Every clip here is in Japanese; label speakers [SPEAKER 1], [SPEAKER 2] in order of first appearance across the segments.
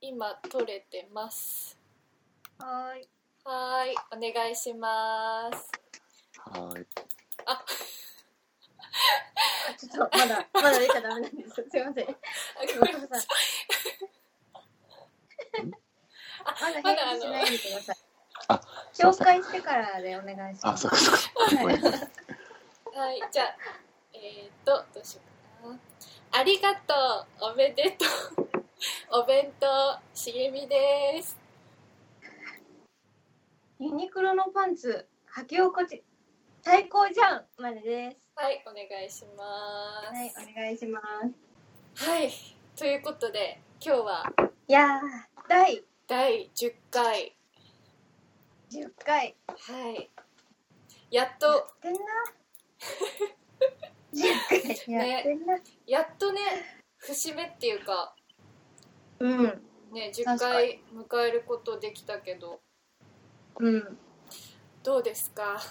[SPEAKER 1] 今撮れてます
[SPEAKER 2] はーい。
[SPEAKER 1] はーいお願いします
[SPEAKER 3] はい。
[SPEAKER 1] あ
[SPEAKER 2] ちょっとまだ、まだ出ちゃダメなんですよ。すいませ
[SPEAKER 1] あ
[SPEAKER 2] ん。
[SPEAKER 1] ご
[SPEAKER 2] ご
[SPEAKER 1] め
[SPEAKER 2] め
[SPEAKER 1] ん
[SPEAKER 2] ん
[SPEAKER 1] な
[SPEAKER 2] な
[SPEAKER 1] さ
[SPEAKER 2] さ
[SPEAKER 1] い
[SPEAKER 2] い
[SPEAKER 1] ま
[SPEAKER 2] まだ
[SPEAKER 1] だあ
[SPEAKER 2] 返
[SPEAKER 1] の
[SPEAKER 2] 事しないでください。
[SPEAKER 3] あ、すいま
[SPEAKER 2] 紹
[SPEAKER 3] せん。
[SPEAKER 2] 介してからでお願いし
[SPEAKER 3] あ、
[SPEAKER 2] ます。
[SPEAKER 3] そっかそっか。ごめん。
[SPEAKER 1] はいじゃあえっ、ー、とどうしようかなありがとうおめでとう お弁当しげみです
[SPEAKER 2] ユニクロのパンツ、履き心地、最高じゃんまでです。
[SPEAKER 1] はいお願いします
[SPEAKER 2] はい、お願いします。
[SPEAKER 1] はい、ということで今日はい
[SPEAKER 2] やー、第
[SPEAKER 1] 第10回
[SPEAKER 2] 10回。
[SPEAKER 1] はいやっと
[SPEAKER 2] やってんな。10回やってんな。
[SPEAKER 1] やっとね節目っていうか
[SPEAKER 2] うん。
[SPEAKER 1] ね10
[SPEAKER 2] 確か
[SPEAKER 1] 回迎えることできたけど
[SPEAKER 2] うん。
[SPEAKER 1] どうですか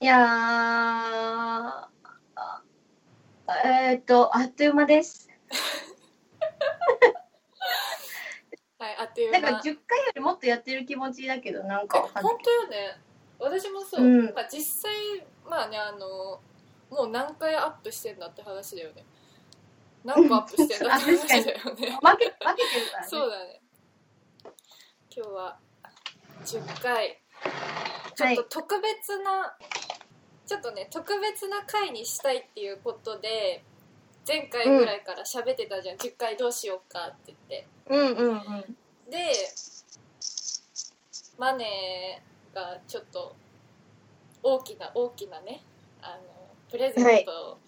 [SPEAKER 2] いやー、あえーっと、あっという間です。
[SPEAKER 1] はいあっという
[SPEAKER 2] な
[SPEAKER 1] 間
[SPEAKER 2] んか10回よりもっとやってる気持ちだけど、なんかわかんない
[SPEAKER 1] 本当よね私もそう、
[SPEAKER 2] うん
[SPEAKER 1] まあ、実際まあねあのもう何回アップしてんだって話だよね何個アップしてんだって話だよね
[SPEAKER 2] 負け、負けてるからね。
[SPEAKER 1] そうだね今日は10回ちょ
[SPEAKER 2] は
[SPEAKER 1] っ
[SPEAKER 2] い
[SPEAKER 1] と。特別な、ちょっとね特別な回にしたいっていうことで前回ぐらいから喋ってたじゃん、10回どうしようかって言って
[SPEAKER 2] うんうんうん。
[SPEAKER 1] でマネーがちょっと大きな大きなねあのプレゼントを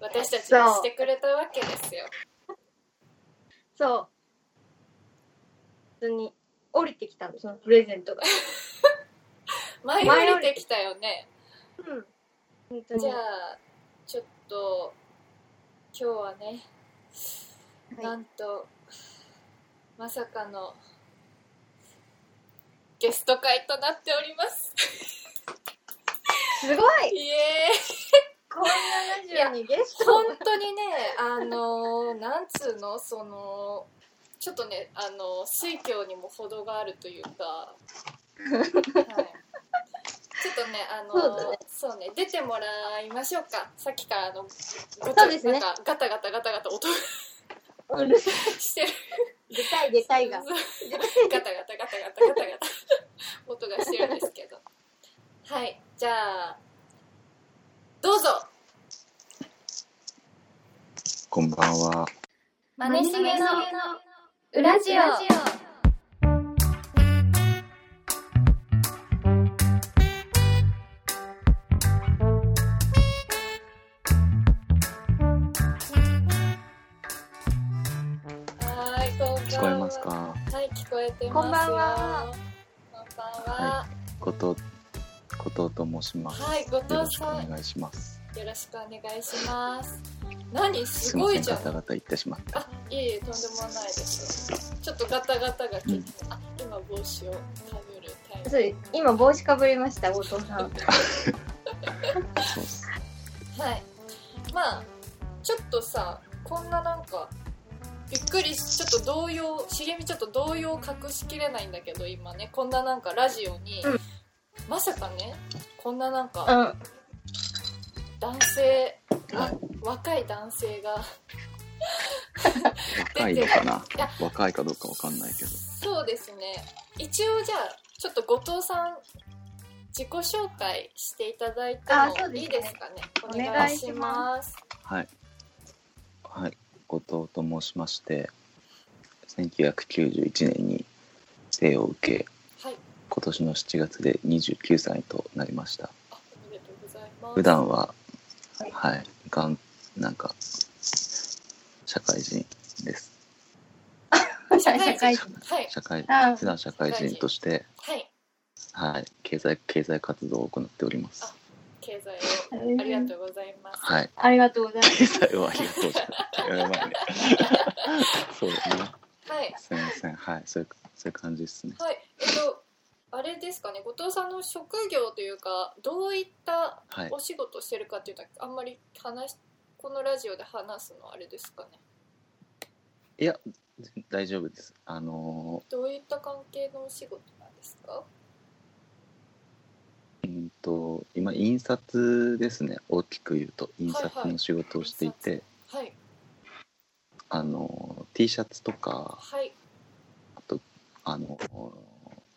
[SPEAKER 1] 私たちにしてくれたわけですよ。
[SPEAKER 2] そう。普通に降りてきたの、そのプレゼントが。
[SPEAKER 1] 前降りてきたよね。
[SPEAKER 2] うん。本当に。
[SPEAKER 1] じゃあちょっと今日はねな
[SPEAKER 2] はい
[SPEAKER 1] んとまさかのゲスト会となっております。
[SPEAKER 2] すごい
[SPEAKER 1] イエ
[SPEAKER 2] こんなラジオにゲス
[SPEAKER 1] ーイ
[SPEAKER 2] ト
[SPEAKER 1] 本当にねあのーなんつうのそのちょっとねあの水教にも程があるというか、はい、ちょっとねあのー
[SPEAKER 2] そうだね
[SPEAKER 1] そうね出てもらいましょうかさっきからあのごちゃ
[SPEAKER 2] そうですね
[SPEAKER 1] なんかガタガタガタガタ音が
[SPEAKER 2] うるさい。
[SPEAKER 1] してる
[SPEAKER 2] 出たい出た いが。
[SPEAKER 1] ガタガタガタガタガタガタ音がしてるんですけどはいじゃあどうぞ
[SPEAKER 3] こんばんは。
[SPEAKER 1] マ
[SPEAKER 2] ネしげの
[SPEAKER 1] ウ
[SPEAKER 2] ラジオ
[SPEAKER 1] はいこんばんは
[SPEAKER 3] 聞こえますか。
[SPEAKER 1] はい聞こえてますよ
[SPEAKER 2] こんばんは
[SPEAKER 1] こんばんは
[SPEAKER 3] こと、ことと申します。
[SPEAKER 1] はい後藤
[SPEAKER 3] よろしく
[SPEAKER 1] さん
[SPEAKER 3] お願いします。
[SPEAKER 1] よろしくお願いします何す
[SPEAKER 3] すみま
[SPEAKER 1] ご
[SPEAKER 3] せ
[SPEAKER 1] い
[SPEAKER 3] ん、
[SPEAKER 1] じゃ
[SPEAKER 3] ガ
[SPEAKER 1] ん
[SPEAKER 3] タガタ言ってしまって。
[SPEAKER 1] あいえいえとんでもないですちょっとガタガタが気にあ今帽子をかぶるタイプ
[SPEAKER 2] そうです。今帽子かぶりました、後藤さん。
[SPEAKER 3] そうっす。
[SPEAKER 1] はいまあちょっとさこんななんかびっくりしちょっと動揺茂みちょっと動揺を隠しきれないんだけど今ねこんななんかラジオに、
[SPEAKER 2] うん
[SPEAKER 1] まさかねこんななんか
[SPEAKER 2] うん。
[SPEAKER 1] 男性
[SPEAKER 3] はい。
[SPEAKER 1] 若い男性が
[SPEAKER 3] 若いのかない
[SPEAKER 1] や。
[SPEAKER 3] 若いかどうかわかんないけど。
[SPEAKER 1] そうですね一応じゃあちょっと後藤さん自己紹介していただいて
[SPEAKER 2] あそう
[SPEAKER 1] も
[SPEAKER 2] ですね
[SPEAKER 1] いいですかね
[SPEAKER 2] お
[SPEAKER 1] お願
[SPEAKER 2] 願
[SPEAKER 1] い
[SPEAKER 2] い
[SPEAKER 1] し
[SPEAKER 2] し
[SPEAKER 1] ます
[SPEAKER 3] はい。はい。後藤と申しまして。1991年に生を受け、
[SPEAKER 1] はい
[SPEAKER 3] 今年の7月で29歳となりました。
[SPEAKER 1] あおめでとうございます
[SPEAKER 3] 普段は
[SPEAKER 2] は、い
[SPEAKER 3] はい、がん、なんか、社会人です。
[SPEAKER 1] 社会人
[SPEAKER 2] 社会人。
[SPEAKER 1] はい
[SPEAKER 3] 社会、
[SPEAKER 2] あ
[SPEAKER 3] 普段社会人として、
[SPEAKER 1] はい
[SPEAKER 3] はい、経済、経済活動を行っておりま
[SPEAKER 1] あ
[SPEAKER 3] す。
[SPEAKER 1] 経済をありがとうございます
[SPEAKER 3] はい、
[SPEAKER 2] ありがとうございます。
[SPEAKER 3] 経済はありがとうじゃない。やばいね。 そうだね。
[SPEAKER 1] はい
[SPEAKER 3] すみません。はい、そういう、そういう感じですね。
[SPEAKER 1] はいえっとあれですかね後藤さんの職業というかどういった
[SPEAKER 3] はい
[SPEAKER 1] お。仕事してるかっていうのはあんまり話しこのラジオで話すのはあれですかね
[SPEAKER 3] いや、大丈夫です。あの
[SPEAKER 1] どういった関係のお仕事なんですか
[SPEAKER 3] ー、うんと、今、印刷ですね。大きく言うと、印刷の仕事をしていて、
[SPEAKER 1] はい
[SPEAKER 3] あのー、T シャツとか、
[SPEAKER 1] はい
[SPEAKER 3] あのー、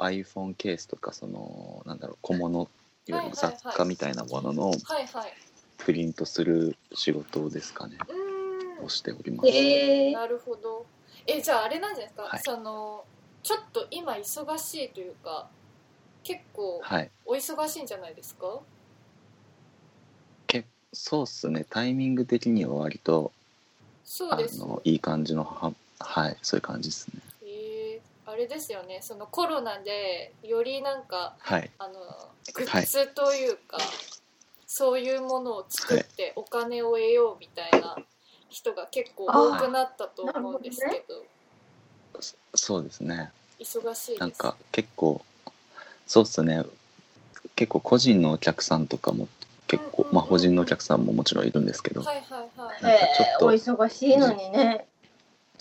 [SPEAKER 3] iPhone ケースとか、その、なんだろう、小物、いわ
[SPEAKER 1] はいはい
[SPEAKER 3] ゆる
[SPEAKER 1] は
[SPEAKER 3] 雑
[SPEAKER 1] い
[SPEAKER 3] 貨みたいなものの
[SPEAKER 1] はいはい
[SPEAKER 3] プリントする仕事ですかね、
[SPEAKER 1] う
[SPEAKER 3] を
[SPEAKER 1] ー
[SPEAKER 3] しております。
[SPEAKER 1] ん
[SPEAKER 2] えー、
[SPEAKER 1] なるほどえじゃああれなんじゃないですか、
[SPEAKER 3] はい
[SPEAKER 1] そのちょっと今忙しいというか結構
[SPEAKER 3] はい。
[SPEAKER 1] お忙しいんじゃないですか
[SPEAKER 3] そうっすね。タイミング的には割と、
[SPEAKER 1] そう
[SPEAKER 3] あ
[SPEAKER 1] ですよね
[SPEAKER 3] の、いい感じのは、はい、そういう感じですね。
[SPEAKER 1] えーあれですよねそのコロナでよりなんか
[SPEAKER 3] はい。
[SPEAKER 1] あのグッズというか、そういうものを作ってお金を得ようみたいな人が結構多くなったと思うんですけど
[SPEAKER 3] そそうですね。
[SPEAKER 1] 忙しいです
[SPEAKER 3] なんか結構、そうっすね。結構個人のお客さんとかも結構、まあ個人のお客さんももちろんいるんですけど、
[SPEAKER 1] はいはいはい
[SPEAKER 3] なんかちょっ
[SPEAKER 2] お
[SPEAKER 3] と
[SPEAKER 2] 忙しいのにね。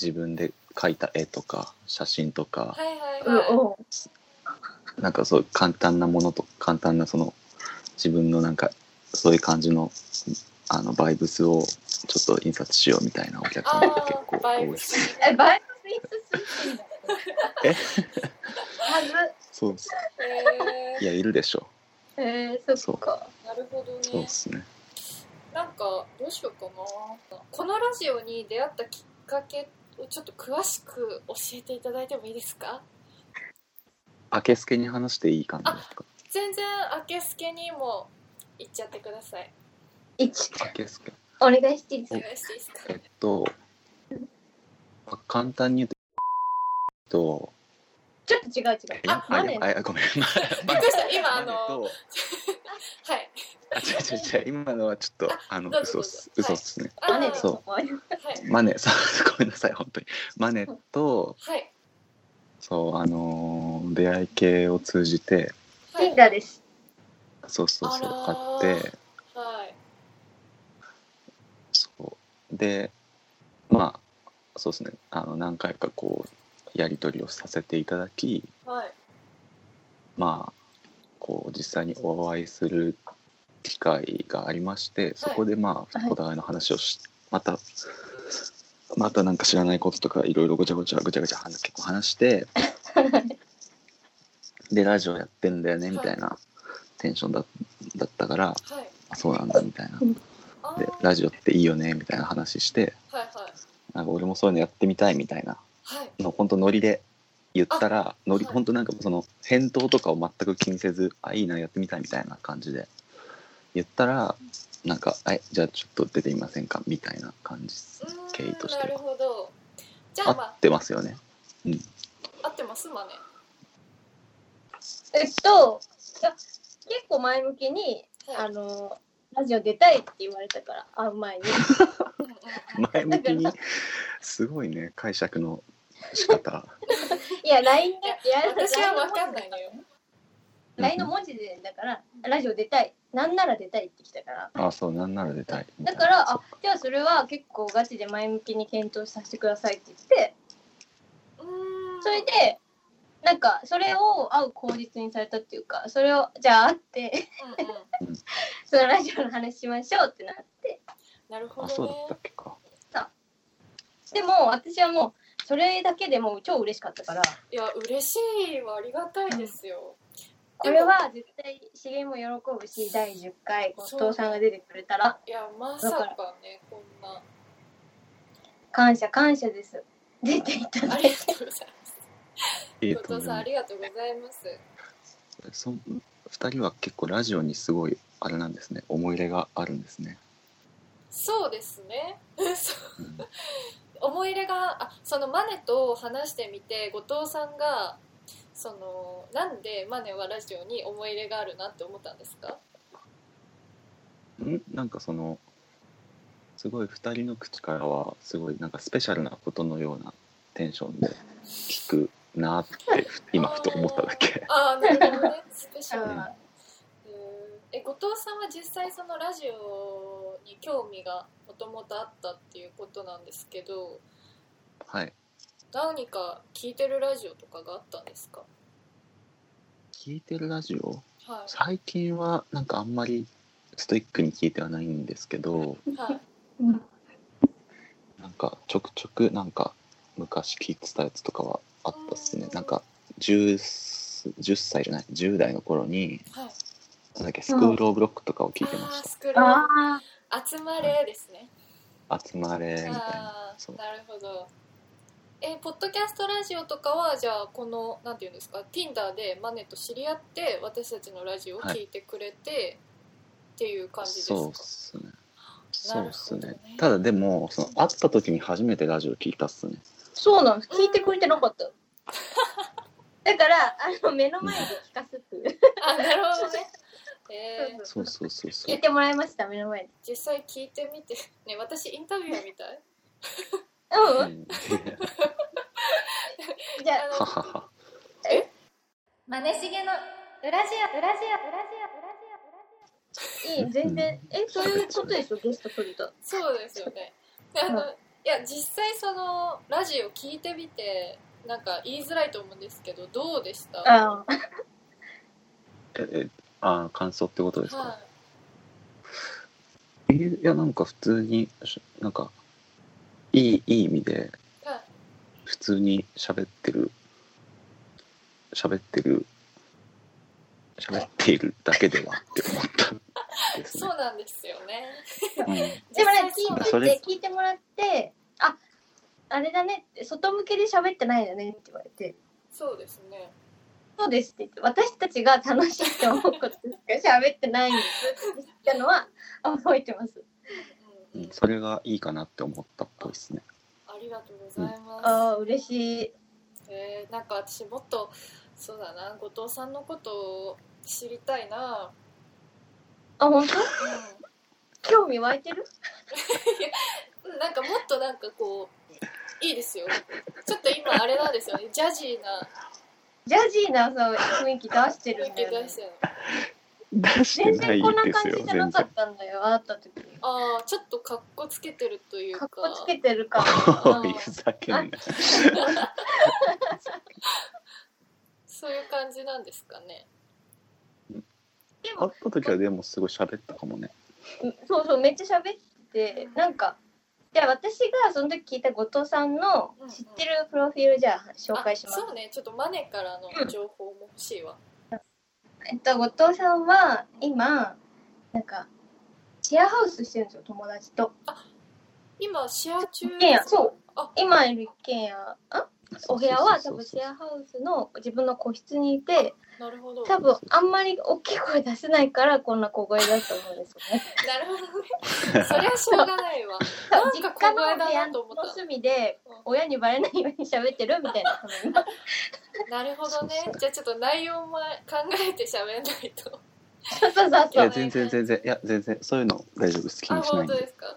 [SPEAKER 3] 自分で描いた絵とか写真とか、
[SPEAKER 1] はいはい
[SPEAKER 2] うん
[SPEAKER 1] はい
[SPEAKER 2] うん
[SPEAKER 3] なんかそういう簡単なものと簡単なその自分のなんかそういう感じのあのバイブスをちょっと印刷しようみたいなお客さん が結
[SPEAKER 1] あ
[SPEAKER 3] 構
[SPEAKER 1] ーバ
[SPEAKER 3] 多
[SPEAKER 1] イ
[SPEAKER 3] い
[SPEAKER 1] ブ
[SPEAKER 3] です。
[SPEAKER 1] ス
[SPEAKER 2] え、バイブスイスすんだよ。
[SPEAKER 3] え
[SPEAKER 2] はず。
[SPEAKER 3] そうっす
[SPEAKER 1] え
[SPEAKER 3] い
[SPEAKER 1] ー
[SPEAKER 3] やいるでしょ
[SPEAKER 2] えー、そっか。
[SPEAKER 1] なるほど
[SPEAKER 3] う。そう
[SPEAKER 1] ね
[SPEAKER 3] ですね。
[SPEAKER 1] なんかどうしようかなこのラジオに出会ったきっかけをちょっと詳しく教えていただいてもいいですか
[SPEAKER 3] 明けすけに話していい感じですか。
[SPEAKER 1] 全然明けすけにも行っちゃってください。
[SPEAKER 2] 一、
[SPEAKER 3] 明けすけ。
[SPEAKER 2] お願いしていいで
[SPEAKER 1] お願
[SPEAKER 2] すか
[SPEAKER 1] いしていい ですか
[SPEAKER 3] え。っと、まあ、簡単に言うと。
[SPEAKER 2] ちょっと違う違う。
[SPEAKER 3] え
[SPEAKER 2] あ、
[SPEAKER 3] あ
[SPEAKER 2] マ
[SPEAKER 3] で
[SPEAKER 2] ネ
[SPEAKER 3] もあいやごめん。ま
[SPEAKER 1] びっくりした。今 あ
[SPEAKER 3] マネ
[SPEAKER 1] の
[SPEAKER 3] と
[SPEAKER 1] はい。
[SPEAKER 3] あ違う違う違う今のはちょっとあの
[SPEAKER 1] どうぞ
[SPEAKER 3] 嘘
[SPEAKER 1] どう
[SPEAKER 3] っ
[SPEAKER 1] ぞ
[SPEAKER 3] す嘘っすね。
[SPEAKER 1] あ
[SPEAKER 2] マネ
[SPEAKER 1] の
[SPEAKER 2] で
[SPEAKER 3] そ
[SPEAKER 2] はい。
[SPEAKER 1] はい
[SPEAKER 3] マネそうごめんなさい本当にマネと
[SPEAKER 1] はい
[SPEAKER 3] そうあのー出会い系を通じて
[SPEAKER 1] はい
[SPEAKER 2] Tinder です。
[SPEAKER 3] そうそうそ
[SPEAKER 1] あらー
[SPEAKER 3] う買って
[SPEAKER 1] はい
[SPEAKER 3] そうでまあそうですねあの何回かこうやり取りをさせていただき
[SPEAKER 1] はい
[SPEAKER 3] まあこう実際にお会いする機会がありましてそこでまあ
[SPEAKER 2] はい
[SPEAKER 3] お互いの話をし、またまたなんか知らないこととかいろいろごちゃごちゃごちゃごちゃ話結構話 してでラジオやってんだよねみたいなテンションだだったから
[SPEAKER 1] はい。
[SPEAKER 3] あそうなんだみたいな
[SPEAKER 1] あ
[SPEAKER 3] で
[SPEAKER 1] ー
[SPEAKER 3] ラジオっていいよねみたいな話して
[SPEAKER 1] はいはい
[SPEAKER 3] なんか俺もそういうのやってみたいみたいな
[SPEAKER 1] はい
[SPEAKER 3] の本当ノリで言ったらノリ
[SPEAKER 1] はい
[SPEAKER 3] 本当なんかその返答とかを全く気にせず「あいいなやってみたい」みたいな感じで言ったらなんか「えじゃあちょっと出てみませんか」みたいな感じです
[SPEAKER 1] う
[SPEAKER 3] 経緯
[SPEAKER 1] ーん
[SPEAKER 3] とし
[SPEAKER 1] な
[SPEAKER 3] て
[SPEAKER 1] る
[SPEAKER 3] は
[SPEAKER 1] ほど。じゃ
[SPEAKER 3] 合
[SPEAKER 1] あまあ
[SPEAKER 3] ってますよね
[SPEAKER 1] 合ってますマネ。
[SPEAKER 2] えっと、いや結構前向きに、あ
[SPEAKER 1] はい。
[SPEAKER 2] の、ラジオ出たいって言われたから、会う前に。
[SPEAKER 1] うんうんうん
[SPEAKER 3] 前向きにすごいね解釈の 仕方
[SPEAKER 2] いや、LINE だって、や
[SPEAKER 1] 私はわかんないのよ。
[SPEAKER 2] LINE の文字で、だから、ラジオ出たい。なんなら出たいって来たから。
[SPEAKER 3] あそうなんなら出たいみた
[SPEAKER 2] だ
[SPEAKER 3] い
[SPEAKER 2] か
[SPEAKER 3] な
[SPEAKER 2] ら、あ、じゃあそれは結構ガチで前向きに検討させてくださいって言って、
[SPEAKER 1] うーん
[SPEAKER 2] それで、なんか、それを会う口実にされたっていうか、それを、じゃあ会って、
[SPEAKER 1] うんうん
[SPEAKER 2] そのラジオの話しましょうってなって、
[SPEAKER 1] なるほ
[SPEAKER 3] あそ
[SPEAKER 1] ど
[SPEAKER 3] う
[SPEAKER 1] ね
[SPEAKER 3] だったっけか
[SPEAKER 2] でも私はもう、それだけでもう超嬉しかったから、
[SPEAKER 1] いや嬉しいはありがたいですよ
[SPEAKER 2] これは絶対、茂も喜ぶし、第10回、後藤さんが出てくれたら、
[SPEAKER 1] いやまさ
[SPEAKER 2] だ
[SPEAKER 1] かねこんな
[SPEAKER 2] 感謝感謝です。出ていただ
[SPEAKER 1] あ
[SPEAKER 2] い
[SPEAKER 1] り
[SPEAKER 2] て。
[SPEAKER 1] がとうございます
[SPEAKER 3] えっ
[SPEAKER 1] 後
[SPEAKER 3] と
[SPEAKER 1] 藤さんありがとうございます
[SPEAKER 3] そ2人は結構ラジオにすごいあれなんですね思い入れがあるんですね、
[SPEAKER 1] そうですねそう
[SPEAKER 3] うん
[SPEAKER 1] 思い入れがあそのマネと話してみて後藤さんがそのなんでマネはラジオに思い入れがあるなって思ったんですか
[SPEAKER 3] んなんかそのすごい2人の口からはすごいなんかスペシャルなことのようなテンションで聞くなってふ今ふと思っただけ
[SPEAKER 1] ああなるほどねスペシャル
[SPEAKER 2] うん
[SPEAKER 1] えーえ後藤さんは実際そのラジオに興味がもともとあったっていうことなんですけど
[SPEAKER 3] はい
[SPEAKER 1] 何か聞いてるラジオとかがあったんですか
[SPEAKER 3] 聞いてるラジオ
[SPEAKER 1] は
[SPEAKER 3] 最近はなんかあんまりストイックに聞いてはないんですけど
[SPEAKER 1] い、はい、
[SPEAKER 2] うん
[SPEAKER 3] なんかちょくちょくなんか昔聞いてたやつとかはあったっすね
[SPEAKER 1] うん
[SPEAKER 3] なんか 10, 10歳じゃない10代の頃に
[SPEAKER 1] はい、
[SPEAKER 3] なんだっけスクール・オブ・ロックとかを聞いてま
[SPEAKER 1] あ
[SPEAKER 3] し
[SPEAKER 1] あ
[SPEAKER 3] た
[SPEAKER 1] スクロール
[SPEAKER 2] あ
[SPEAKER 1] 集まれですね
[SPEAKER 3] 集まれみたいな
[SPEAKER 1] あ
[SPEAKER 3] そう
[SPEAKER 1] ーなるほどえポッドキャストラジオとかはじゃあこのなんていうんですか Tinder でマネと知り合って私たちのラジオを聞いてくれて、っていう感じですか
[SPEAKER 3] そうっすねそうっすね
[SPEAKER 1] なるほどね
[SPEAKER 3] ただでもその会った時に初めてラジオ聞いたっすね
[SPEAKER 2] そうなんです聞いてくれてなかった だからあの目の前で聞かすっていう
[SPEAKER 1] あなるほどねえー
[SPEAKER 3] そうそうそうそ
[SPEAKER 2] 聞
[SPEAKER 3] う
[SPEAKER 2] いてもらいました目の前で
[SPEAKER 1] 実際聞いてみて ね私インタビューみたいう
[SPEAKER 3] うんん
[SPEAKER 2] じゃあ
[SPEAKER 1] あ
[SPEAKER 3] は
[SPEAKER 1] の
[SPEAKER 3] はは
[SPEAKER 1] マネしげの
[SPEAKER 4] 裏地や裏地や裏地や裏地や
[SPEAKER 2] いい全然えそういうことでしょゲスト来ると
[SPEAKER 1] そうですよねであの、
[SPEAKER 2] う
[SPEAKER 1] いや実際そのラジオ聞いてみてなんか言いづらいと思うんですけどどうでした
[SPEAKER 2] ああ
[SPEAKER 3] ええあー感想ってことですか、
[SPEAKER 1] はい
[SPEAKER 3] いやなんか普通にしなんかいいいい意味で
[SPEAKER 1] い、はい
[SPEAKER 3] 普通に喋ってる喋ってる喋っているだけではって思ったんです
[SPEAKER 1] そう
[SPEAKER 3] ね。
[SPEAKER 1] なんですよね。
[SPEAKER 3] うん
[SPEAKER 2] でもね
[SPEAKER 1] 実際そう
[SPEAKER 2] 聞いて
[SPEAKER 3] そ
[SPEAKER 2] て聞いてもらってああれだねって外向けで喋ってないよねって言われて
[SPEAKER 1] そうですね。
[SPEAKER 2] そうですって言って私たちが楽しいって思うことしか喋ってないんですって言ったのは覚えてます
[SPEAKER 1] う
[SPEAKER 3] うん
[SPEAKER 1] うん
[SPEAKER 3] ん、それがいいかなって思ったっぽいですね。
[SPEAKER 1] ありがとうございま
[SPEAKER 2] ああ嬉しい
[SPEAKER 1] す。えーなんか私もっとそうだな後藤さんのことを知りたいな。
[SPEAKER 2] あ本当
[SPEAKER 1] う
[SPEAKER 2] 興味湧いてる
[SPEAKER 1] ん、なんかもっとなんかこういいですよ。ちょっと今あれなんですよね。ジャジーな
[SPEAKER 2] ジャジーなさ雰囲気出して
[SPEAKER 1] 雰
[SPEAKER 2] る
[SPEAKER 1] 囲気
[SPEAKER 2] んだ
[SPEAKER 1] 出
[SPEAKER 2] よ、ね
[SPEAKER 1] し、てる。
[SPEAKER 3] 出して
[SPEAKER 2] 全
[SPEAKER 3] ない
[SPEAKER 2] 然こんな
[SPEAKER 3] です
[SPEAKER 2] 感じ
[SPEAKER 3] よ
[SPEAKER 2] じゃな
[SPEAKER 3] 全
[SPEAKER 2] かっ
[SPEAKER 3] 然。
[SPEAKER 2] たんだよ会った時
[SPEAKER 1] ああちょっと格好つけてるというか。
[SPEAKER 2] かっこつけてるか
[SPEAKER 3] おいふざけんな。
[SPEAKER 1] そういう感じなんですかね。
[SPEAKER 2] で
[SPEAKER 3] 会
[SPEAKER 2] も
[SPEAKER 3] った時はでもすごい喋ったかもね。
[SPEAKER 2] そうそうめっちゃ喋っててなんかじゃあ私がその時聞いた後藤さんの知ってるプロフィールじゃあ紹介します
[SPEAKER 1] あ、そうね。ちょっとマネからの情報も欲しいわ。
[SPEAKER 2] えっと後藤さんは今なんかシェアハウスしてるんですよ友達と
[SPEAKER 1] 今シェア中
[SPEAKER 2] 一。軒家そう
[SPEAKER 1] あ
[SPEAKER 2] 今いる一軒家んお部屋は多分シェアハウスの自分の個室にいて
[SPEAKER 1] なるほど。
[SPEAKER 2] 多分あんまり大きい声出せないからこんな小声だと思うんですよね
[SPEAKER 1] なるほどね。そりゃしょうがないわ。 なんか
[SPEAKER 2] 実
[SPEAKER 1] 小
[SPEAKER 2] 家
[SPEAKER 1] 声
[SPEAKER 2] の
[SPEAKER 1] だ
[SPEAKER 2] 部屋
[SPEAKER 1] なと
[SPEAKER 2] の
[SPEAKER 1] 思った。
[SPEAKER 2] 隅で親にバレないように喋ってるみたいなその 今
[SPEAKER 1] なるほどね
[SPEAKER 3] そうそ。う
[SPEAKER 1] じゃあちょっと内容も考えて喋んないと。
[SPEAKER 2] そうそうそう
[SPEAKER 3] い
[SPEAKER 2] そう
[SPEAKER 3] や全然全然いや全然そういうの大丈夫です気
[SPEAKER 1] あ、
[SPEAKER 3] にしな
[SPEAKER 1] 本
[SPEAKER 3] いん
[SPEAKER 1] 当
[SPEAKER 3] で。
[SPEAKER 1] ですか。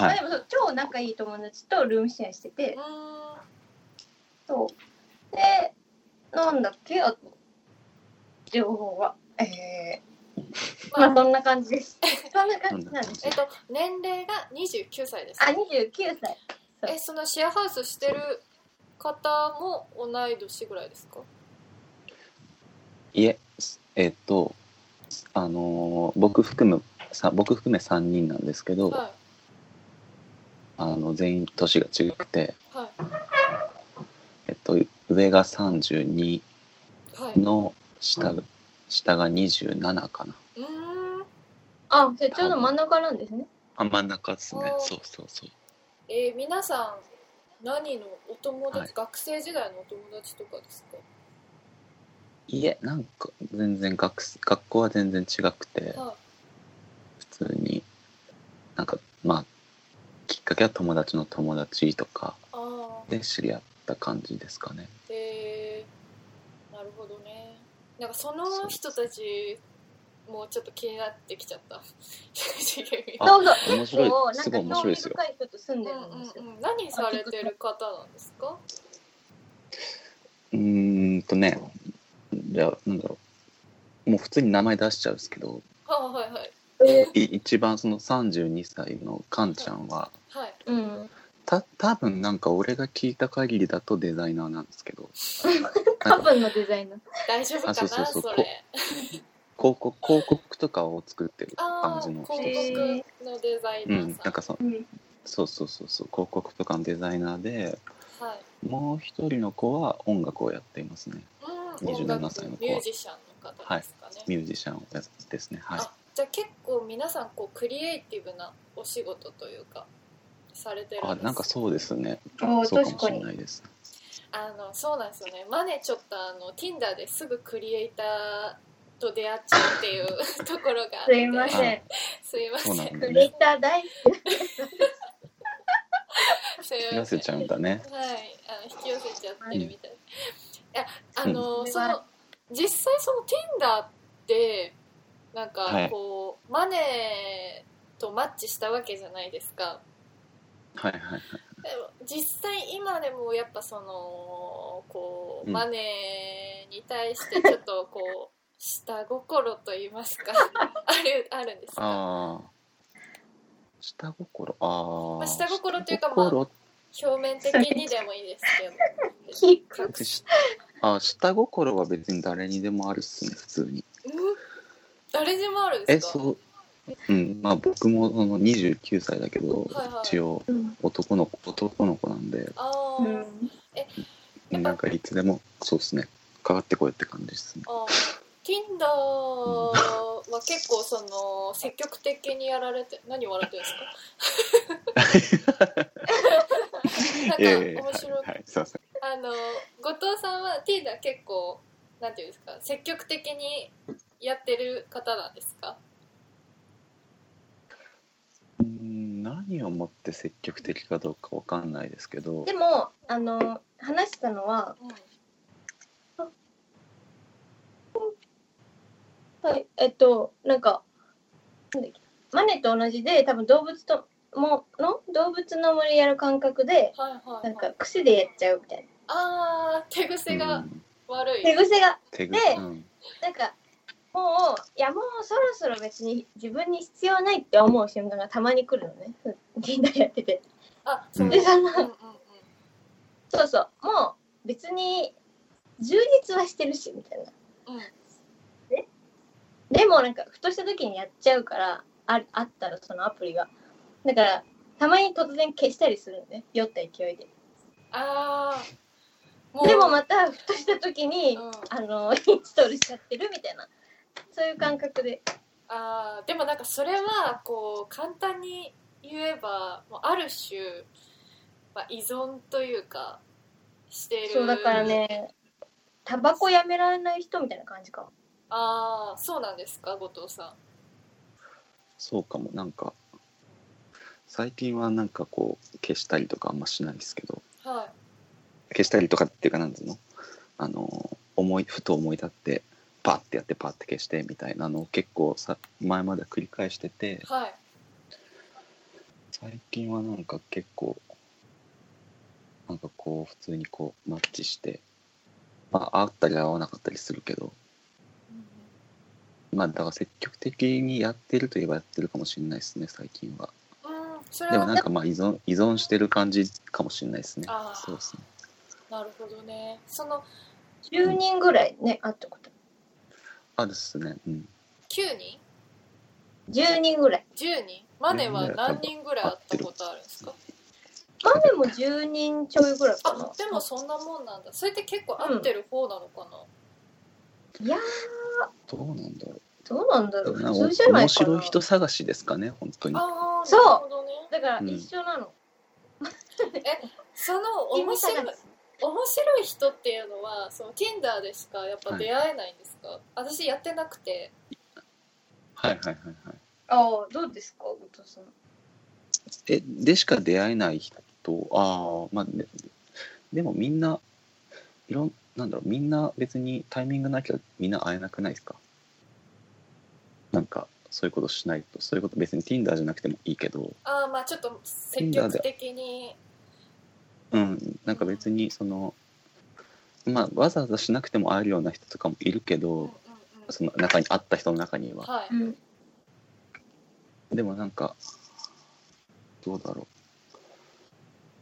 [SPEAKER 2] ま
[SPEAKER 3] は
[SPEAKER 2] あ
[SPEAKER 3] い
[SPEAKER 2] で。もそう超仲いい友達とルームシェアして
[SPEAKER 1] う
[SPEAKER 2] て
[SPEAKER 1] ーん。
[SPEAKER 2] そうでなんだっけあと情報はえー、まあそんな感じですそんな感じなんです
[SPEAKER 1] えっと年齢が二十九歳です
[SPEAKER 2] あ。29歳
[SPEAKER 1] え、そのシェアハウスしてる方も同い年ぐらいですか。
[SPEAKER 3] いえ、すえっ、と、あのー僕含む、さ僕含め3人なんですけど、
[SPEAKER 1] は
[SPEAKER 3] あの全員年が違くて、
[SPEAKER 1] いは
[SPEAKER 3] えっと、上が32
[SPEAKER 1] いはい。
[SPEAKER 3] の下が、下が27かな。
[SPEAKER 1] うーん。
[SPEAKER 2] あじゃあちょうど真ん中なんですね
[SPEAKER 3] あ、真ん中ですね
[SPEAKER 1] お。ー
[SPEAKER 3] そうそうそう。
[SPEAKER 1] えー、皆さん何のお友達、
[SPEAKER 3] はい
[SPEAKER 1] 学生時代のお友達とかです
[SPEAKER 3] いえ、なんか全然学す、学校は全然違くて
[SPEAKER 1] か。、は
[SPEAKER 3] 普通に、なんか、まあ、きっかけは友達の友達とか
[SPEAKER 1] い。ああ。
[SPEAKER 3] で知り合った感じですかね。
[SPEAKER 1] へーなるほどねなんかその人たちもちょっと気になってきちゃった正直に
[SPEAKER 3] あ
[SPEAKER 2] どうぞ
[SPEAKER 3] 面
[SPEAKER 2] 結構
[SPEAKER 3] 白い、
[SPEAKER 2] な
[SPEAKER 3] す
[SPEAKER 2] ん
[SPEAKER 3] ごい
[SPEAKER 2] か興
[SPEAKER 3] 面白い
[SPEAKER 2] 味
[SPEAKER 3] ですよ。
[SPEAKER 2] 深いこと住
[SPEAKER 1] うんんう
[SPEAKER 2] でるんですよ、
[SPEAKER 1] んうん何されてる方なんですか
[SPEAKER 3] うーんとね、じゃあ、なんだろう。もう普通に名前出しちゃうんですけど、
[SPEAKER 1] はあはいはい
[SPEAKER 2] え
[SPEAKER 3] い一番その32歳のカンちゃんは、
[SPEAKER 1] はい
[SPEAKER 2] ーうん
[SPEAKER 3] た多分なんか俺が聞いた限りだとデザイナーなんですけどな
[SPEAKER 2] 多
[SPEAKER 3] んか
[SPEAKER 2] 分のデザイナー。
[SPEAKER 1] 大丈夫かな
[SPEAKER 3] あそうそうそう
[SPEAKER 1] そ
[SPEAKER 3] こ
[SPEAKER 1] れ
[SPEAKER 3] 広告広告とかを作ってる
[SPEAKER 1] あ
[SPEAKER 3] 感
[SPEAKER 1] あ
[SPEAKER 3] じの
[SPEAKER 1] 広
[SPEAKER 3] 人
[SPEAKER 1] 告
[SPEAKER 3] ですね。
[SPEAKER 1] のデザイ
[SPEAKER 3] う
[SPEAKER 1] ナー
[SPEAKER 3] ん、な
[SPEAKER 1] さ
[SPEAKER 3] ん
[SPEAKER 1] ん、
[SPEAKER 3] かそ
[SPEAKER 2] うん。
[SPEAKER 3] そうそうそうそう広告とかのデザイナーで
[SPEAKER 1] はい
[SPEAKER 3] もう一人の子は音楽をやっていますね
[SPEAKER 1] うん、
[SPEAKER 3] 27
[SPEAKER 1] 音楽
[SPEAKER 3] 歳の子
[SPEAKER 1] ミュージシャンの方ですかね、
[SPEAKER 3] ミュージシャンをやっですねはい
[SPEAKER 1] あじゃあ結構皆さんこうクリエイティブなお仕事というかされてるん
[SPEAKER 3] あ
[SPEAKER 1] です
[SPEAKER 3] なんかそうですね
[SPEAKER 2] おー
[SPEAKER 3] そ
[SPEAKER 2] 確
[SPEAKER 3] うかもし
[SPEAKER 2] か
[SPEAKER 3] れ
[SPEAKER 2] に
[SPEAKER 3] な。いです
[SPEAKER 1] あのそうなんですよねマネちょっとあの Tinder ですぐクリエイターと出会っちゃうっていう ところがあっ
[SPEAKER 2] す
[SPEAKER 1] て
[SPEAKER 2] いません。
[SPEAKER 1] すいませ
[SPEAKER 3] そ
[SPEAKER 1] ん
[SPEAKER 3] うなんだ
[SPEAKER 2] ク
[SPEAKER 3] よ
[SPEAKER 2] リエイ
[SPEAKER 3] ね
[SPEAKER 2] ター大好
[SPEAKER 1] すいません
[SPEAKER 3] 気がせちゃうんだね
[SPEAKER 1] はいあの引き寄せちゃってるみたい、いやあ
[SPEAKER 3] うん
[SPEAKER 1] の、
[SPEAKER 2] うん
[SPEAKER 1] その実際その Tinder ってなん
[SPEAKER 3] は
[SPEAKER 1] か
[SPEAKER 3] い
[SPEAKER 1] こう、マネとマッチしたわけじゃないですか
[SPEAKER 3] はいはいはい
[SPEAKER 1] でも実際今でもやっぱそのこう、
[SPEAKER 3] うん
[SPEAKER 1] マネに対してちょっとこう下心と言いますか あるあるんですか
[SPEAKER 3] ああ下心あ
[SPEAKER 1] ま
[SPEAKER 3] あ
[SPEAKER 1] あ下心というか
[SPEAKER 3] 下心っ
[SPEAKER 1] 表面的にでもいいですけど
[SPEAKER 2] き。
[SPEAKER 3] てしあー下心は別に誰にでもあるっすね普通に
[SPEAKER 1] うん誰でもあるんで
[SPEAKER 3] え
[SPEAKER 1] すか
[SPEAKER 3] そううんまあ僕もその29歳だけど、
[SPEAKER 1] はいはい
[SPEAKER 3] 一応
[SPEAKER 2] うん。
[SPEAKER 3] 男の子男の子なんで
[SPEAKER 1] ああ、
[SPEAKER 2] うん。
[SPEAKER 1] やっぱ
[SPEAKER 3] なんかいつでもそうですねかかってこいって感じですね
[SPEAKER 1] あー Tinder は結構その積極的にやられて何笑ってるん ですか
[SPEAKER 3] いや
[SPEAKER 1] なん
[SPEAKER 3] いやいや
[SPEAKER 1] か面
[SPEAKER 3] はい
[SPEAKER 1] 白い
[SPEAKER 3] はいすいません
[SPEAKER 1] あの後藤さんは Tinder 結構なんていうんですか積極的にやってる方なんですか
[SPEAKER 3] うん何をもって積極的かどうかわかんないですけど
[SPEAKER 2] でも、あの、話したのは、
[SPEAKER 1] うん
[SPEAKER 2] はい、えっと、なんか、なんだっけマネと同じで、多分動物ともの動物の森やる感覚で、
[SPEAKER 1] はいはい、は、
[SPEAKER 2] ないんか癖でやっちゃうみたい
[SPEAKER 1] あー手癖
[SPEAKER 3] う
[SPEAKER 1] が
[SPEAKER 3] ん
[SPEAKER 1] 悪い、
[SPEAKER 2] な。手癖が、
[SPEAKER 3] 手ぐ
[SPEAKER 2] で
[SPEAKER 3] うん
[SPEAKER 2] なんか、もう、いや、もうそろそろ別に自分に必要ないって思う瞬間がたまに来るのね。みんなやってて。
[SPEAKER 1] あその、うん
[SPEAKER 2] で、
[SPEAKER 1] うん
[SPEAKER 2] その、
[SPEAKER 1] うん
[SPEAKER 2] そうそう、もう別に充実はしてるし、みたいな。
[SPEAKER 1] うん
[SPEAKER 2] でもなんかふとした時にやっちゃうからああったらそのアプリがだからたまに突然消したりするのね酔った勢いで
[SPEAKER 1] あーう
[SPEAKER 2] でもまたふとした時に、
[SPEAKER 1] うん
[SPEAKER 2] あのインストールしちゃってるみたいなそういう感覚で
[SPEAKER 1] あーでもなんかそれはこう簡単に言えばもうある種、まあ、依存というかしてる
[SPEAKER 2] そうだからねタバコやめられない人みたいな感じかも
[SPEAKER 1] ああそうなんですか後藤さん
[SPEAKER 3] そうかもなんか最近はなんかこう消したりとかあんましないですけど
[SPEAKER 1] はい
[SPEAKER 3] 消したりとかっていうかなんつうのあの思いふと思い立ってパッてやってパッて消してみたいなのを結構さ前まで繰り返してて
[SPEAKER 1] はい
[SPEAKER 3] 最近はなんか結構なんかこう普通にこうマッチしてまあ会ったり会わなかったりするけどまあだから積極的にやってるといえばやってるかもしれないですね最近は
[SPEAKER 1] うんそれ
[SPEAKER 3] で
[SPEAKER 1] は
[SPEAKER 3] もなんかまあ依存依存してる感じかもしれないですね
[SPEAKER 1] あー
[SPEAKER 3] そうですね
[SPEAKER 1] なるほどねその
[SPEAKER 2] 10人ぐらいねあったこと
[SPEAKER 3] あるっすねうん
[SPEAKER 1] 9人
[SPEAKER 2] 10人ぐらい
[SPEAKER 1] 10人マネは何人ぐらい会ったことあるんですか
[SPEAKER 2] マネも10人ちょいぐらいかな
[SPEAKER 1] あでもそんなもんなんだそれって結構合ってる方なのかな、
[SPEAKER 2] いやー
[SPEAKER 3] どうなんだろう
[SPEAKER 2] どうなんだろう
[SPEAKER 3] な
[SPEAKER 2] 普通じゃない
[SPEAKER 3] 面
[SPEAKER 2] かな
[SPEAKER 3] 白い人探しですかね本当に
[SPEAKER 1] ああ
[SPEAKER 2] そう
[SPEAKER 1] なるほどね
[SPEAKER 2] だから
[SPEAKER 3] うん
[SPEAKER 2] 一緒なの、
[SPEAKER 1] その面白い面白い人っていうのはその Tinder でしかやっぱ出会えないんですか、私やってなくて
[SPEAKER 3] はいはいはいはい
[SPEAKER 2] ああどうですか後藤さん
[SPEAKER 3] えでしか出会えない人ああまあででもみんないろんなんだろうみんな別にタイミングなきゃみんな会えなくないですかなんかそういうことしないとそういうこと別に Tinder じゃなくてもいいけど
[SPEAKER 1] ああまあちょっと積極的に
[SPEAKER 3] うんなんか別にそのまあわざわざしなくても会えるような人とかもいるけ
[SPEAKER 1] うんうん
[SPEAKER 3] ど
[SPEAKER 1] うん
[SPEAKER 3] その中に会った人の中には
[SPEAKER 1] はい、
[SPEAKER 2] うん
[SPEAKER 3] でもなんかどうだろ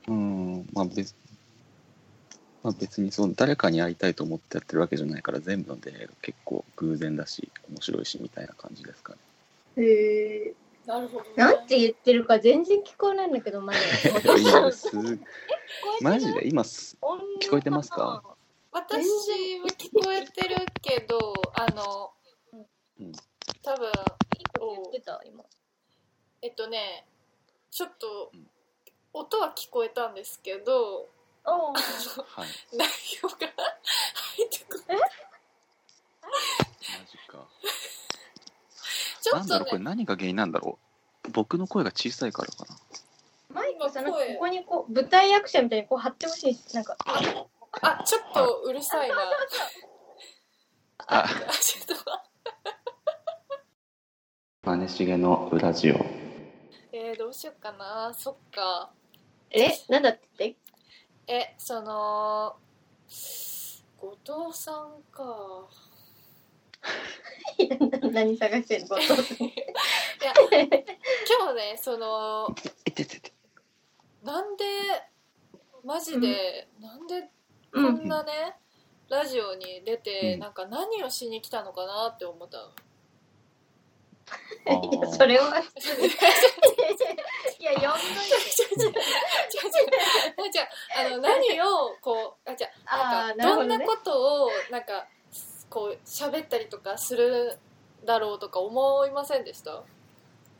[SPEAKER 3] うんまあ別まあ別にその誰かに会いたいと思ってやってるわけじゃないから全部の出会いが結構偶然だし面白いしみたいな感じで すかね。
[SPEAKER 2] へえ。
[SPEAKER 1] なるほど、ね。
[SPEAKER 2] なんて言ってるか全然聞こえないんだけど、まだ。
[SPEAKER 3] 今すマジで今す聞こえてますか
[SPEAKER 1] 私は聞こえてるけど、あの、
[SPEAKER 3] うん
[SPEAKER 1] 多分
[SPEAKER 2] いいこと言ってた、今。
[SPEAKER 1] えっとね、ちょっと
[SPEAKER 3] うん
[SPEAKER 1] 音は聞こえたんですけど、
[SPEAKER 2] おー
[SPEAKER 3] はい
[SPEAKER 1] 内容が 入ってこない。
[SPEAKER 3] マジか。
[SPEAKER 1] ちょ
[SPEAKER 3] なん
[SPEAKER 1] っ
[SPEAKER 3] だ
[SPEAKER 1] と
[SPEAKER 3] ろうこれ
[SPEAKER 1] ね、
[SPEAKER 3] 何が原因なんだろう僕の声が小さいからかな。
[SPEAKER 2] マイクさ、なんか
[SPEAKER 1] 声
[SPEAKER 2] ここにこう、舞台役者みたいにこう貼ってほしいです。なんか、
[SPEAKER 1] あ、ちょっとうるさいな。
[SPEAKER 3] あ
[SPEAKER 1] あ、ちょっと。
[SPEAKER 3] マネしげのウラジオ。
[SPEAKER 1] えー、どうしようかな。そっか。
[SPEAKER 2] え、なんだって
[SPEAKER 1] え、その、後藤さんか。
[SPEAKER 2] 何探してんの後藤さん
[SPEAKER 1] いや、今日ね、その、
[SPEAKER 3] えててて。
[SPEAKER 1] なんでマジで、なんでこ
[SPEAKER 2] うん
[SPEAKER 1] んなね、ラジオに出て、
[SPEAKER 3] うん
[SPEAKER 1] なんか何をしに来たのかなって思 ったの
[SPEAKER 3] あ
[SPEAKER 2] いや
[SPEAKER 3] ー
[SPEAKER 2] それは 失礼いや呼んどい
[SPEAKER 1] 違う違う違う違う違うあの何をこうあじゃあ
[SPEAKER 2] あ
[SPEAKER 1] なん
[SPEAKER 2] ー
[SPEAKER 1] かど
[SPEAKER 2] なるほど
[SPEAKER 1] ん
[SPEAKER 2] ね
[SPEAKER 1] なことをなんかこう喋ったりとかするだろうとか思いませんでした